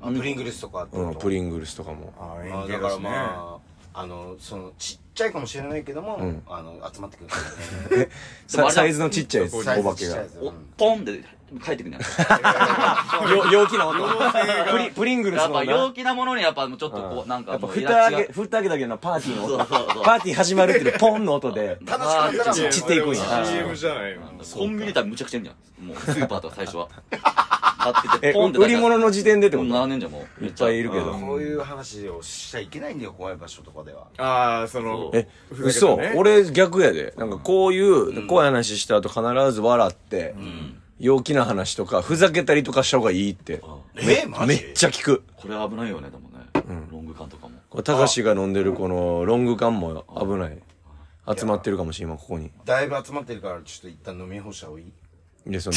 D: あプリングルスとかってこと
B: うん、プリングルスとかも。
A: ああ、
D: ま
A: 円
D: あ
A: 形
D: だ
A: で
D: か
A: す
D: ら
A: ね。
D: まあ、あの、その、ちっちゃいかもしれないけども、
B: ん
D: あの、集まってくるからね。
B: さサイズのちっちゃいや つ、お
D: サイズ
B: 化け
D: ちっちゃい
B: が
D: や。つ
C: おポンって帰ってくるんじゃない
B: よ陽気な音。プリプリングル
C: や
B: ス
C: っ
B: の
C: ぱ陽
B: な。
C: 気なものにやっぱちょっとこ
B: う
C: うんなんか
B: やっぱ
C: もう
B: 蓋開
C: い
B: け、蓋開けだけのパーティーの音。
C: そうそうそう
B: パーティー始まるっていうポンの音 で。
D: 楽しかったら、
C: あー
B: ちっていくんや
A: まあでも CM じゃないよ。
C: コンビニだったらむちゃくちゃいいんじゃんもうスーパーとか最初は買って
B: え、
C: てポンって
B: 売り物の時点でってこ
C: もう
B: と
C: 並んでんじゃんもう
B: いっぱいいるけど。
D: こういう話をしちゃいけないんだよ、怖い場所とかでは。
A: ああ、その、
B: え、
A: ふざけ
B: 嘘
A: たね、
B: 俺逆やで。なんかこういう、怖い話した後必ず笑って、陽気な話とか、ふざけたりとかした方がいいって。
D: え、マジ
B: めっちゃ聞く。
C: これ危ないよねでもね、ロング缶とかも
B: これ、たかしが飲んでるこのロング缶も危ない。集まってるかもしれん、今ここに。
D: だいぶ集まってるから、ちょっと一旦飲み干した方がいい。
B: いや、その、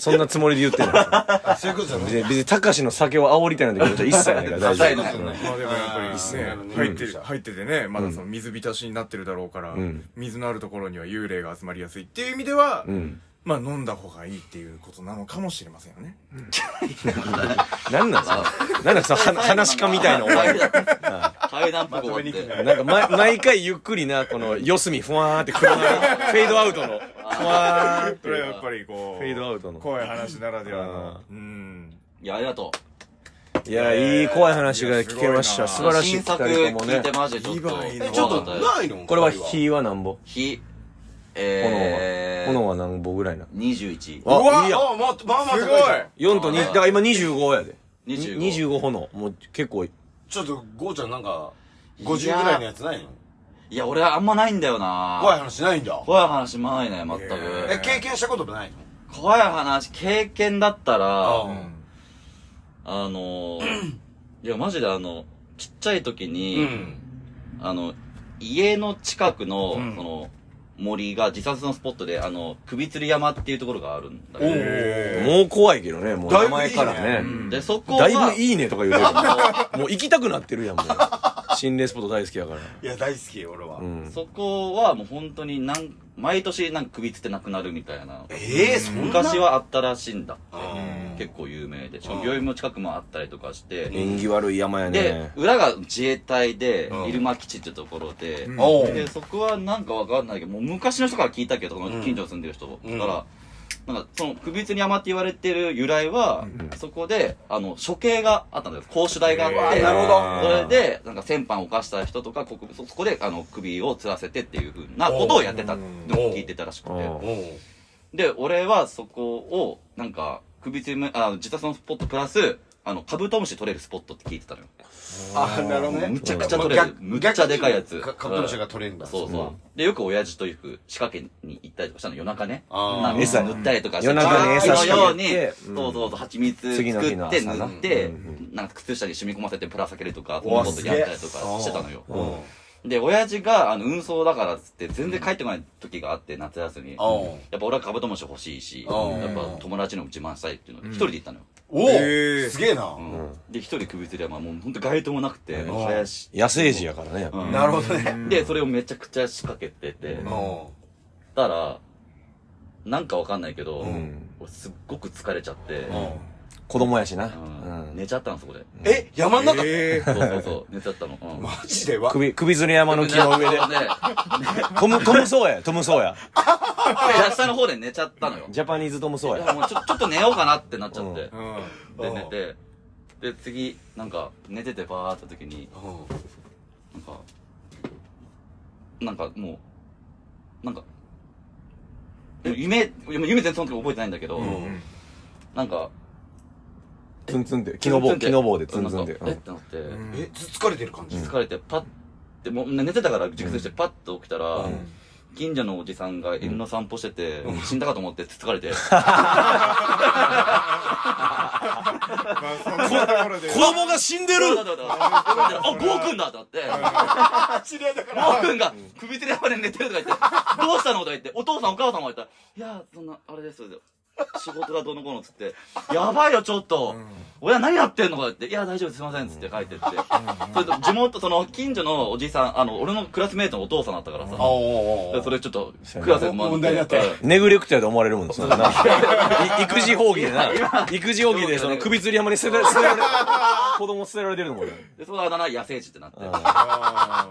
B: そんなつもりで言ってない。
D: あ、そういうことじゃない
B: 別に、別に、たかしの酒を煽りたいなんてことは一切ないから大丈
C: 一切ない
B: 夫。うん
A: まあでもやっぱり
D: あーなるほど
A: ね、
D: ね
A: 入ってる、入っててね、まだその水浸しになってるだろうから
B: ん、
A: 水のあるところには幽霊が集まりやすいっていう意味では
B: ん、
A: まあ飲んだ方がいいっていうことなのかもしれませんよね。
B: なんなんすかなんなんそのは話し家みたいなお 前。
C: 階段っぽく終わって
B: なんか、ま、毎回ゆっくりな、この、四隅ふわーって車の、フェードアウトの、ふわーっ
A: それは
B: て。
A: やっぱりこう、
B: フェードアウトの
A: 怖い話ならではの。うん。
C: いやありがとう
B: いや、いい怖い話が聞けました。
A: いやす
B: 素
A: ご
B: 晴らしい
C: 新作
B: 二人とも
C: 聞
B: ね
C: いて。マジでちょっ
A: リ
C: と
A: ヴァイの
D: え、ちょっと、
A: 怖
D: ないの
B: これは、
D: 火
B: 火は何ぼ炎
C: 火
B: は
C: え。ー、
B: 炎は何ぼぐらいな。
C: 21
B: あ
A: うわ
B: いいや
D: あ、まあ、まあまあ、
A: すごい
B: 4と2、だから今25やで。
C: 25
B: 25炎。もう結構、
D: ちょっと、ゴーちゃんなんか、50ぐらいのやつないの
C: いや俺はあんまないんだよな
D: 怖い話ないんだ。
C: 怖い話もないね全く、
D: え、経験したこともないの
C: 怖い話経験だったら
D: う
C: あ
D: ん
C: のー、いやマジであのちっちゃい時に、
D: うん。
C: あの家の近くの、
D: うん
C: その森が自殺のスポットであの首吊り山っていうところがあるんだけど、
D: お
B: もう怖いけどね、もう名前から
D: だい
B: ね。
C: でそこ
B: だ
C: はい
B: ぶいいねとか言うてるもんもう行きたくなってるやん、も う。心霊スポット大好きやから。
D: いや、大好き、俺は
B: う。ん。
C: そこはもう本当になん毎年なんか首吊ってなくなるみたいな
D: ええ、そんな
C: 昔はあったらしいんだって
D: うん
C: 結構有名でしかも病院も近くもあったりとかして、
B: 縁起悪い山や
C: で
B: ね。
C: 裏が自衛隊で
D: うん
C: 入間基地ってところで、
A: ん
D: おう
C: でそこはなんかわかんないけどもう昔の人から聞いたけどその近所に住んでる人から、
D: ん
C: なんかその首吊り山って言われてる由来は、そこであの処刑があったんだよ公主台があって、
D: へーなるほ
C: それでなんか戦犯を犯した人とか国そそこであの首を吊らせてっていうふうなことをやってたのを聞いてたらしく
B: おう
C: て
B: おう
D: おう
C: で俺はそこをなんか首吊りむあの自殺のスポットプラスあのカブトムシ取れるスポットって聞いてたのよ
D: あ、なるほどね。
C: むちゃくちゃ取れる
D: 逆
C: むっちゃでかいやつ
D: 逆にカブトムシが取れるんだ。
C: そうそう。で、よく親父とよく仕掛けに行ったりとかしたの、夜中ね。
D: あー
C: なんか
B: 餌
C: 塗ったりとかして。
B: 夜中
D: に餌
C: のように
B: 仕掛けてう、ん
C: そうそうそう、蜂蜜
B: 次の
C: 作
B: 日の
C: って
B: 朝な
C: 塗って
B: うん、
C: なんか靴下に染み込ませてプラ避けるとか、そ
D: お
C: の
D: ー
C: ことやったりとかしてたのよ。
D: うん。うん
C: で、親父が、あの、運送だからっつって、全然帰ってこない時があって、夏休み。やっぱ
D: おう
C: 俺はカブトムシ欲しいし、
D: うん
C: やっぱ友達のも自慢したいっていうので、一人で行ったのよ。
D: おう
A: へー
D: すげえな
C: う。んで、一人首吊りは、まあもう本当街灯もなくて、もう林。
B: 野生児やからね、やっぱ。
C: うん
D: なるほどね。
C: で、それをめちゃくちゃ仕掛けてて、
D: お
C: たら、なんかわかんないけど、
D: ん
C: 俺すっごく疲れちゃって、
D: ううん。
B: 子供やしな。
C: うん寝ちゃったのそこで
D: え山の中、
A: えー
C: そうそうそう寝ちゃったのうん
D: マジでわ
B: 首、首吊り山の木の 上で。
C: で
B: トム、トムソーヤ、トムソーヤ。
C: 下の方で寝ちゃったのよ
B: ジャパニーズトムソー
C: い
B: ヤ。
C: やもうちょちょっと寝ようかなってなっちゃって
A: うん。
C: で寝てで次なんか寝ててバーって時になんかなんかもうなんか夢夢全然その時覚えてないんだけど、
A: ん
C: なんか
B: ツンツンって、木の棒、木の棒でツンツンって。
C: なんかえってなって、
A: うん
D: えつつかれてる感じ、
C: 疲れてパッてもう寝てたから熟睡してパッと起きたら、近所のおじさんが犬の散歩してて、死んだかと思ってつつかれて、
A: まあ、そんなところで。
B: 子供が死んでる
C: あ、ゴーくんだと思って。
D: 知り合いだか
C: ゴーくんが首吊り幅で寝てるとか言って、どうしたのとか言って、お父さんお母さんも言ったら、いや、そんな、あれですよ。仕事がどうのこうのっつって、やばいよちょっと、親何やってんのかって、いや大丈夫ですすいませんっつって帰ってって、それと地元、その近所のおじいさん、あの、俺のクラスメイトのお父さんだったからさ、
D: お
C: それちょっとクラスで回って
D: 問題になった
B: ネグレクトやと思われるもん、 そんなな。い育児放棄でな。 育児放棄で、その首吊り山に捨てら捨てられ、子供捨てられてるのもんな。
C: で、そのあだ名野生児ってなって、っ
A: あ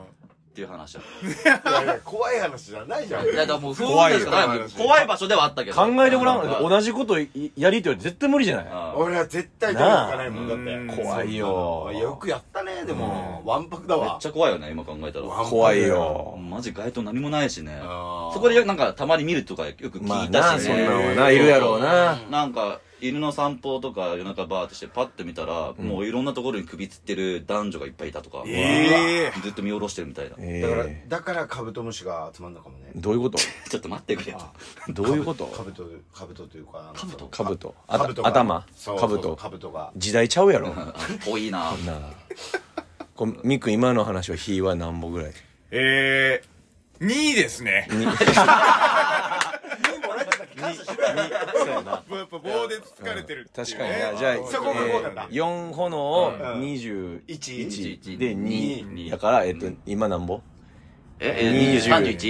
C: ていう話だった。
D: 怖い話じゃないじゃん
C: いや、だからもう、怖い
A: 怖い
C: 怖
A: よ
C: い怖い場所ではあったけど。
B: 考えてご らん。
C: う
B: 同じこといやりとり絶対無理じゃない
C: ん
D: 俺は絶対手が行かないもんだって
A: なあ
B: 怖いよ。
D: よくやったねでもわんぱくだ
C: めっ
D: わ
C: ちゃ怖いよね、今考えたら。
B: 怖いよ。
C: マジ街灯何もないしね。
D: あー
C: そこでよなんかたまに見るとかよく
B: ま
C: 聞
B: あ
C: いた
B: な、
C: し
B: そん
C: ね。
B: なんはな、いるやろうな。
C: なんか、犬の散歩とか夜中バーってしてパッと見たら、もういろんなところに首吊ってる男女がいっぱいいたとか、
A: え
C: ずっと見下ろしてるみたいな。
B: え
D: だから
B: え
D: だからカブトムシが集まんのかもね
B: どういうこと
C: ちょっと待ってくれよ。
B: どういうこと
D: カブトカブトというかカブト
B: カブト。あ
D: ト
B: た
D: が
B: 頭
D: そう
B: カ
D: そ
B: ブ
D: うそう
B: ト。
D: カブトが
B: 時代ちゃうや ろ。
C: あぽいな。
B: なあ。こうみっくん今の話をひは何本ぐらい
A: えー、2位ですね。 やっぱ棒でつつかれてるっていう、
B: 確かにな。じゃあ、え
D: そこがこうなんだ
B: ー4炎を21で2。だから、えっと、今何本
C: え、え
B: 20
C: 31?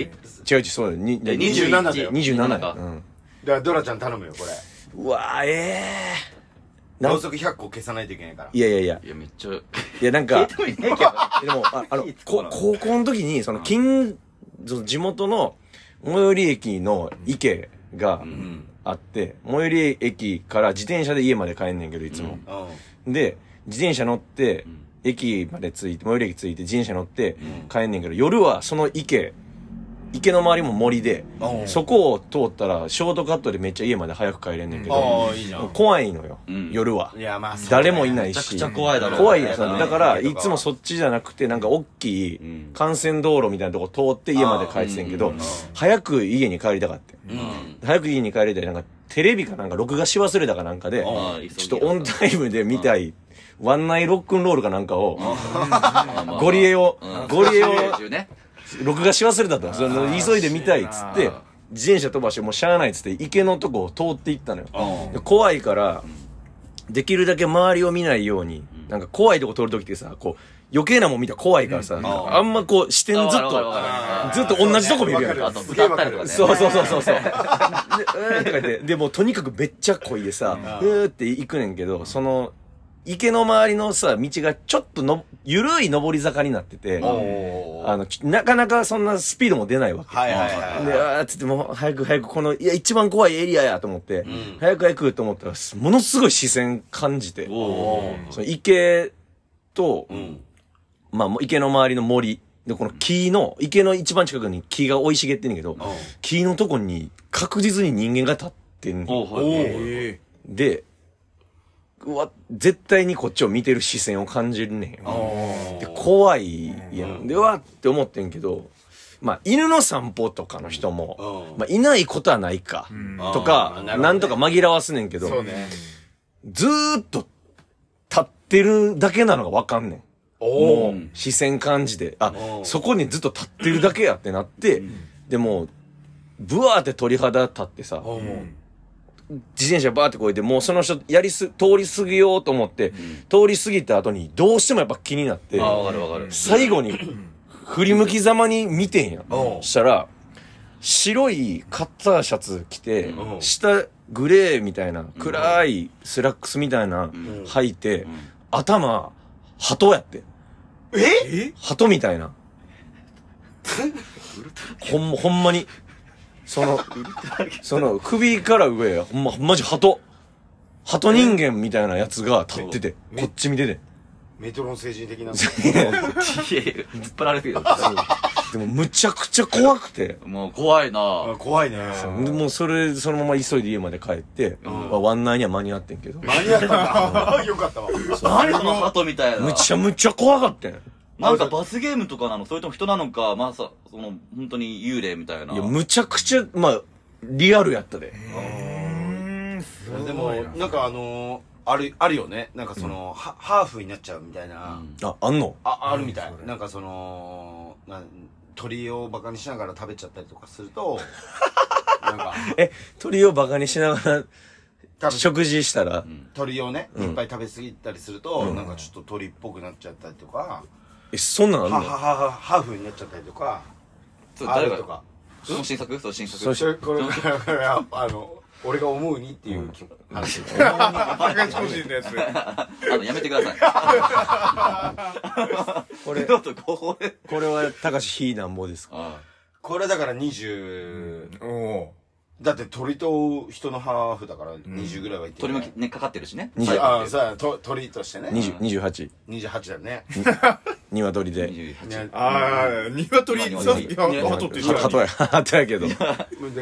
B: 違う違う、そうだよ。に
C: え
B: 20
D: 27だよ
B: 27
C: か
B: や。うん
D: だからドラちゃん頼むよこれ
B: うわぁ、ええ。な
D: ろうそく100個消さないといけないから
B: いやいやいや。
C: いや、めっちゃ、
B: いや、なんか、
C: もいないけ
B: で
C: ど。
B: も、ああの
C: いい、つか
B: こ
C: な
B: 高校の時に、その、近、その地元の、最寄り駅の池が
C: うん。
B: あって、最寄り駅から自転車で家まで帰んねんけど、いつも。
D: うん
B: で、自転車乗って
C: ん、
B: 駅まで着いて、最寄り駅着いて、自転車乗って帰んねんけど、夜はその池、池の周りも森で、
D: うん
B: そこを通ったら、ショートカットでめっちゃ家まで早く帰れんねんけど、
D: ああいいじゃ
B: もうん怖いのよ、
C: うん
B: 夜は。
D: いやまあそうだね
B: 誰もいない
C: めちゃ
B: し。
C: くちゃ怖いだろうね。
B: 怖いやん、
D: そう
B: だから、
D: うん
B: いつもそっちじゃなくて、なんか大きい
C: うん
B: 幹線道路みたいなとこ通って家まで帰ってたんやけ
C: あー
B: ど
C: うん、
B: 早く家に帰りたかって。
C: うん。
B: 早く家に帰りたい、なんかテレビかなんか録画し忘れたかなんかで、
C: あー
B: ちょっとオンタイムで見たい、ワンナイロックンロールかなんかを、ゴリエ
C: を、
B: を
C: うん、
B: ゴリエを
C: ね
B: 録画し忘れたと。その急いで見たいっつって、自転車飛ばして、もうしゃあないっつって、池のとこを通っていったのよ。で怖いから、できるだけ周りを見ないように、なんか怖いとこ通るときってさ、こう、余計なもん見たら怖いからさ、なんかあんまこう視点ずっ
C: あわかるわかる
B: と、ずっと同じとこ見るやん
D: わ
B: か。
D: かる
C: 歌ったりとかね。
B: そうそうそうそうそう。で、うーんとか言って、で、もうとにかくめっちゃ濃いでさ、うーって行くねんけど、その、池の周りのさ、道がちょっとの、ゆるい上り坂になってて、
D: おー
B: あの、ちなかなかそんなスピードも出ないわけ。
D: はいはいはい
B: で、あーっつって、もう早く早くこの、いや、一番怖いエリアやと思って、早く早くと思ったら、すものすごい視線感じて、
C: お
B: その池と、
D: ん
B: まあ、もう池の周りの森、で、この木の、池の一番近くに木が生い茂ってんねんけど、木のとこに確実に人間が立ってんねん
C: おお
A: え
B: で、うわ、絶対にこっちを見てる視線を感じるねんよ。で、怖いやん。で、うわって思ってんけど、まあ、犬の散歩とかの人も、まあ、いないことはないか、と
D: あ
B: か、
D: ーなるほどね
B: なんとか紛らわすねんけど、
D: そうね
B: ずーっと立ってるだけなのがわかんねん。も
D: お
B: う視線感じで、あ、そこにずっと立ってるだけやってなって、でもう、ブワーって鳥肌立ってさ、
D: お
B: 自転車バーってこいで、もうその人、やりす、通り過ぎようと思って、通り過ぎた後に、どうしてもやっぱ気になって、
C: あ、わかるわかる。
B: 最後に、振り向きざまに見てんやん。したら、白いカッターシャツ着て、下、グレーみたいな、暗いスラックスみたいな、
C: ん
B: 履いて、
C: ん
B: 頭、鳩やって。
A: え
B: 鳩みたいな。ほん、ほんまに。その、その、首から上、ほんま、マジ鳩。鳩人間みたいなやつが立ってて、
D: え
B: こっち見てて。
D: メトロの成人的な。
C: いやいや、突っ張られてるよ。
B: でも、むちゃくちゃ怖くて。
C: もう怖いな
D: あ
C: ぁ。
D: 怖いね。
B: でもうそれ、そのまま急いで家まで帰って、まあワンナイには間に合ってんけど。
D: 間に合ったんだ。よかったわ。
C: 何その鳩みたいな。
B: むちゃむちゃ怖かったよ。
C: なんか罰ゲームとかなのそれとも人なのか、まさ、その、本当に幽霊みたいな。
B: いや、むちゃくちゃ、まあ、リアルやったで。
A: うん、すごいな。
D: でも、なんかあのー、ある、あるよね。なんかその、ハハーフになっちゃうみたいな。
B: あ、あんの
D: あ、あるみたい。なんかその、なん鳥をバカにしながら食べちゃったりとかすると、なんか、
B: え、鳥をバカにしなが
D: 多
B: ら、
D: 分
B: 食事したら、
D: 鳥をね、いっぱい食べ過ぎたりすると、なんかちょっと鳥っぽくなっちゃったりとか、
B: え、そんなんあん
D: ハ
B: の
D: ハハハハーフになっちゃったりとか、
C: それ
D: あ
C: 誰
D: る
C: が
D: とか。
C: その新作その新
B: そ
C: 作
B: う
D: それ、これ、 これああの、俺が思うにっていう話。
A: バカ個人の やつ。
C: あの、やめてください。
B: これ
C: ちょっとご法で。
B: これは、たかし、ひなんぼですか
C: あ
D: これだから20、
A: おお
D: だって鳥と人のハーフだから20ぐらいはいって
C: 鳥
D: る
C: も
D: ね、
C: ね、かかってるしね。
B: 20
C: 最後
D: ああ、さあ、と鳥としてね。
B: ?20、28、
D: 28だね。
B: 鶏で。
C: 28。
A: ああ、鶏、
C: うん
A: さ、い
C: 鶏
A: や、鳩って一緒
B: 鳩や、鳩やけど。
D: だか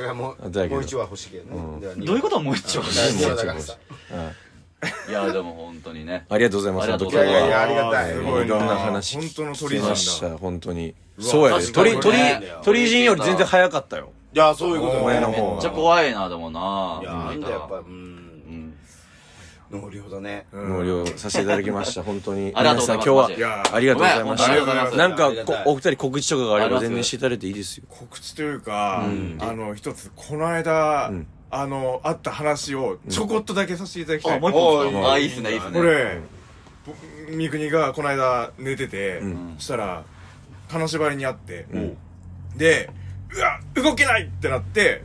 D: らもう、
B: だけど
D: もう一話欲しいけどね。だから二話
C: どういうこともう一丁。
D: だから二話だからさ。
C: いや、でも本当にね。
B: ありがとうございます。
C: ありがとうご
D: い
C: ざ
D: やいやい
B: 本
D: や、ありがたい。
A: す
B: 当
A: ご
B: に
A: い
B: い
A: な
B: ろんな話
A: 本当
B: 聞
A: の鳥人
B: き
A: だ
B: ました、本当に。そうやで。
D: 確かに
B: 鳥、鳥
C: ね、
B: 鳥人より全然早かったよ。
D: いや、そういうこと
A: 前
D: だ
A: の
D: よ
A: 方
D: ね。
C: めっちゃ怖いな、でもない
D: や、なんだやっぱ、うん。
C: うん
D: 能量だね。
B: 納涼させていただきました、本当に。
C: ありがとうございます
B: 皆さん今
C: マジ
B: 日
C: で
B: は、ありがとうございまし
A: いや本当にありがとうござい
B: た。
A: ます
B: なんか
D: ありが
B: こ、
D: たいう
B: お二人告知とかがあれ
C: ありま
B: ば
C: す
B: 全然していただいていいですよ。
A: 告知というか、あの、一つ、この間、あの、あった話をちょこっとだけさせていただきた
C: あ、
A: い。
C: もう一
D: お
C: 個
D: ー
C: です
D: いい
C: か
D: ね
C: あ、いいっすね、いいっすね。
A: これ、ぼ三国がこの間寝てて、そしたら、金縛りにあって、で、うわ、動けないってなって、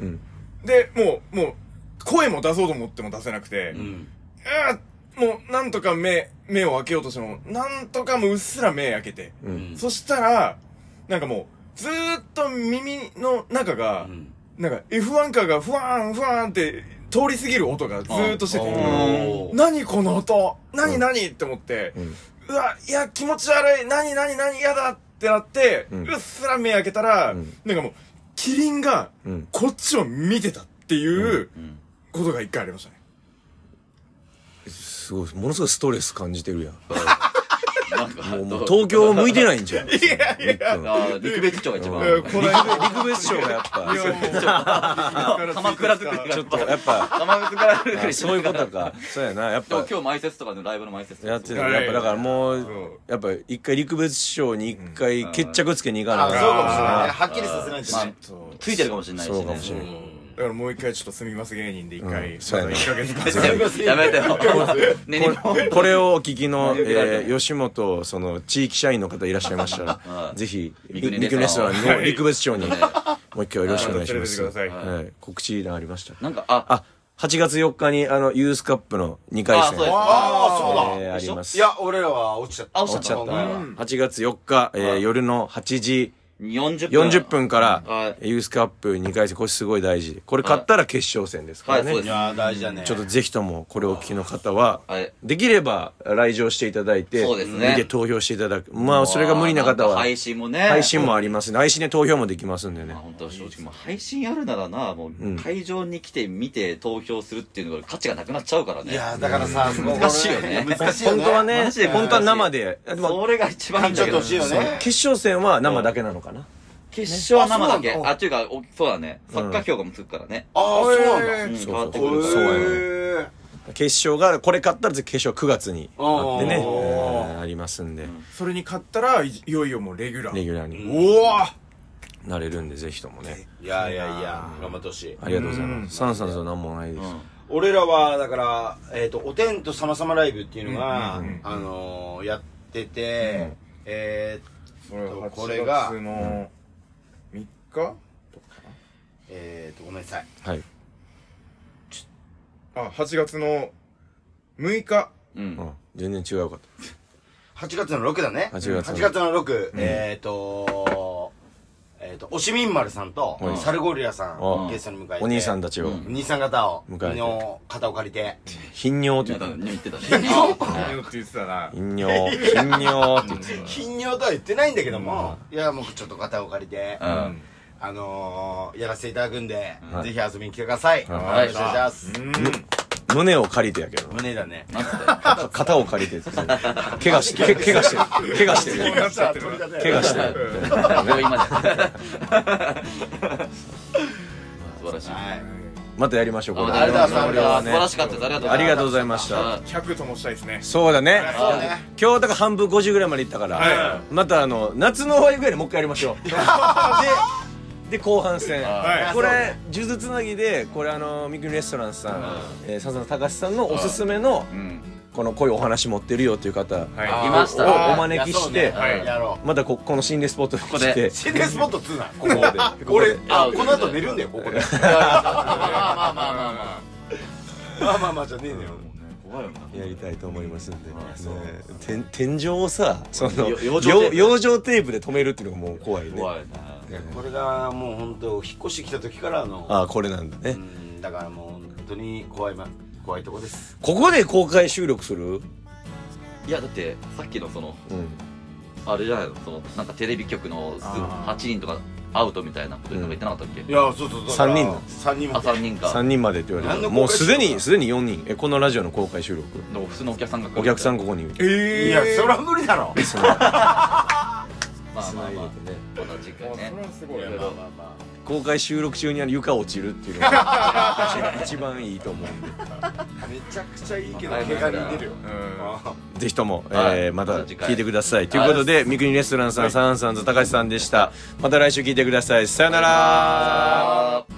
A: で、もう、もう、声も出そうと思っても出せなくて、う
D: うん。
A: わもう、なんとか目、目を開けようとしても、なんとかもううっすら目開けて、
D: うん
A: そしたら、なんかもう、ずーっと耳の中が、
D: うん
A: なんか F1 カーがふわーんふわーんって通り過ぎる音がずーっとしてて、
D: おー
A: 何この音何何、って思って、
B: ん
A: うわ、いや、気持ち悪い何何何やだってなって、う
B: うん
A: っすら目開けたら、
B: ん
A: なんかもう、キリンが
B: うん
A: こっちを見てたっていううんことが一回ありましたね。
B: すごい、ものすごいストレス感じてるやん。
C: なんか、
B: もうもう東京向いてないんじゃん。いやい
C: あー陸別長が一番。
A: うんこの間、
B: 陸別賞がやっ ぱ
A: い、やもう
C: 鎌倉作りが
B: ちょっとやっぱ、
C: 鎌倉作りが
B: あそういうことか。そうやな、やっ
C: でも
B: ぱ。
C: 今日前説とかのライブの前説とか
B: やって
C: そう
B: た
A: はい
B: やっぱだからもう
A: そう、
B: やっぱ一回陸別賞に一回決着つけに行か
D: あ、
B: な
D: そう
B: い
D: かもしれないね。はっきりさせないと
C: まあ
D: ね。、
C: ついてるかもしれないし
B: そうかもしれ
C: ね。
B: ない。
A: だからもう一回ちょっとすみます芸人で一回、
B: うんそうやな
A: また一ヶ月間
C: やめてよ。ね、日
B: こ
C: 本
B: れこれをお聞きの、
C: 何を聞かれ
B: え
C: て
B: ー、吉本その地域社員の方いらっしゃいました
C: は
B: ら
C: い
B: ぜひ
C: 三
B: 三
C: 国
B: 国
C: レ
B: レ
C: ス
B: ス
C: ト
B: ト
C: ラ
B: ラ
C: ン
B: ンの陸別町にもう一回よろしくお願いしま
A: 連れてって
B: す
A: ください。
B: はい、告知欄ありました
C: なんか、あ、
B: あ8月4日にあのユースカップの2回
C: あ、そう
B: 戦
C: です。
D: ああ、そうだ。
B: えーありま
D: い
B: す
D: や、俺らは落ちちゃった。
C: あ落ちちゃった
D: お前は
C: う
B: 8月4日、えー夜の8時
C: 40分。
B: 40分から、
C: はい
B: ユースカップ2回戦これすごい大事これ勝ったら決勝戦ですからね、
C: はいそうで
D: い
C: す
D: や、大事だね。
B: ちょっとぜひともこれをお聞きの方は、
C: はい
B: できれば来場していただいて、
C: そうですね
B: 見て投票していただく。まあ、それが無理な方
C: なん
B: は、
C: か配信もね。
B: 配信もありますね。配信で投票もできますんでね
C: まあ。本当は正直もう配信やるならな、もう会場に来て見て投票するっていうのが価値がなくなっちゃうからね。
D: いや、だからさ、
C: 難しいよね
D: 難しいよ
B: 本
D: ね。
B: 当はね
C: マジで、
B: 本当は生で。でも
C: それが一番いいん
D: ちょ
C: だけ
D: っと
C: ど。
D: 欲しいよね。
B: 決勝戦は生だけなのかな。
C: 決勝は生だけ。
D: あそうなんだ
C: あ、というか、おそうだね。サッカー評価もつくからね。
D: ああ、そうなんだ。
A: え
C: う
A: ー
C: ん、
B: そう
C: 変わってく
B: そう
C: る。
B: そうやね
D: へー
B: 決勝が、これ勝ったら決勝9月にあってね、え
D: おー
B: ーありますんで、
A: それに勝ったらいいよいよもうレギュラー。
B: レギュラーに
A: うわ
B: なれるんで、ぜひともね。
D: いやいやいや、頑張ってほしい。
B: ありがとうございます。サンサンとなんもないです。
D: 俺らは、だから、えっと、おてんとさまさまライブっていうのが、あのー、やってて、えー
A: これ8
D: これが
A: 月の3日
D: えーと、ごめんなさい。
B: はい。
A: あ、8月の6日。
C: うん。
B: うん、全然違うかっ
D: 8月の6だね。
B: 8月の
D: 8月の6、えっと、えっと、おしみんまるさんと
B: はい、
D: サルゴリラさ
B: うん
D: ん、ゲストに迎え
B: た
D: て。
B: お兄さんたちを
C: うん
D: 兄さん方を、
B: 迎えて
D: の方を借りて。
B: 頻尿って
C: な
B: 言っ
C: ん
B: た
C: か言ってたね。
A: 何って言ってたな。
B: 頻尿頻尿って言って
D: 頻尿とは言ってないんだけども、いや、もうちょっと肩を借りて、
C: う
A: うん
C: ん。
D: あのー、やらせていただくんで
B: は、い
D: ぜひ遊びに来てください。よろしくお
B: は
D: 願
C: い
D: いします。
B: た胸を借りてやけど
D: 胸だね。
C: なんつって
B: か肩を借りてって怪我して怪我してる怪我してる
A: なっちゃってる
B: 怪我してる
A: うん
C: 病院まで。素晴らしい。
D: はい。
B: またやりましょうこれ
D: ありがとうございます
B: これは
C: 素
B: ね
C: 晴らしかったです。ありがとうございます。
B: ありがとうございました
C: はい
A: 100ともしたいですね。
B: そうだね
D: そうね。
B: 今日だから半分50ぐらいまでいったから、
A: は
B: またあの夏の終わりぐらいにもう一回やりましょうでで後半戦
A: はい
B: これ数珠つなぎでこれあのみくりレストランさん、えー、笹野隆さんのおすすめの
C: うん。
B: この濃いお話持ってるよという方
A: はい
C: ました
B: をおお招きし
D: い
B: て
D: やそうねはいやろ
B: またここの心霊スポットに
C: こ
B: 来
C: で
B: て
D: う。心霊スポット2な、こ
B: ここで
D: こ。 俺、あ、この後寝るんだよ、ここ で。
C: まあまあまあまあまあ。
D: まあまあまあじゃねえのよ。
C: 怖いよな。
B: やりたいと思いますんで、ね、天天井をさその
C: よ
B: 養
C: 養生テープ
B: 養生テープで止めるっていうのがもう怖いね
C: 怖いな。
D: これがもう本当引っ越してきた時からの
B: ああこれなんだね、
D: うんだからもう本当に怖いま怖いとこです
B: ここで公開収録する、
C: いやだってさっきのその
B: うん、
C: あれじゃないのそのなんかテレビ局のす
A: あー
C: 8人とかアウトみたいなことなんか言ってなかったっけ？
D: いやそうそう
B: 三人の
D: 三人
C: あ3人か。
B: 3人までって言われ
D: 何
B: て
D: の
B: もう
D: 公開
B: す
D: 収録
B: でにすでに4人えこのラジオの公開収録
C: でも普通のお客さんが来る
B: お客さん
C: ま
B: ここに
A: えー
D: いやそりゃ無理だ ろ
B: そのま
C: あまあまあまた次
A: あ
C: 回
A: それ
C: ね。
A: はすごいな。
D: あま
B: 公開収録中にあの床落ちるっていうの が一一番いいと思うんで
D: あめちゃくちゃいいけど
C: はい
D: 怪我に出るよ
A: うん。
D: あ
B: ぜひとも、
C: はい
B: えーまた
C: また次回
B: 聞いてくださいということで三国レストランさん、サンサンズ高橋さんでしたまた来週聞いてくださいさよなら
C: あー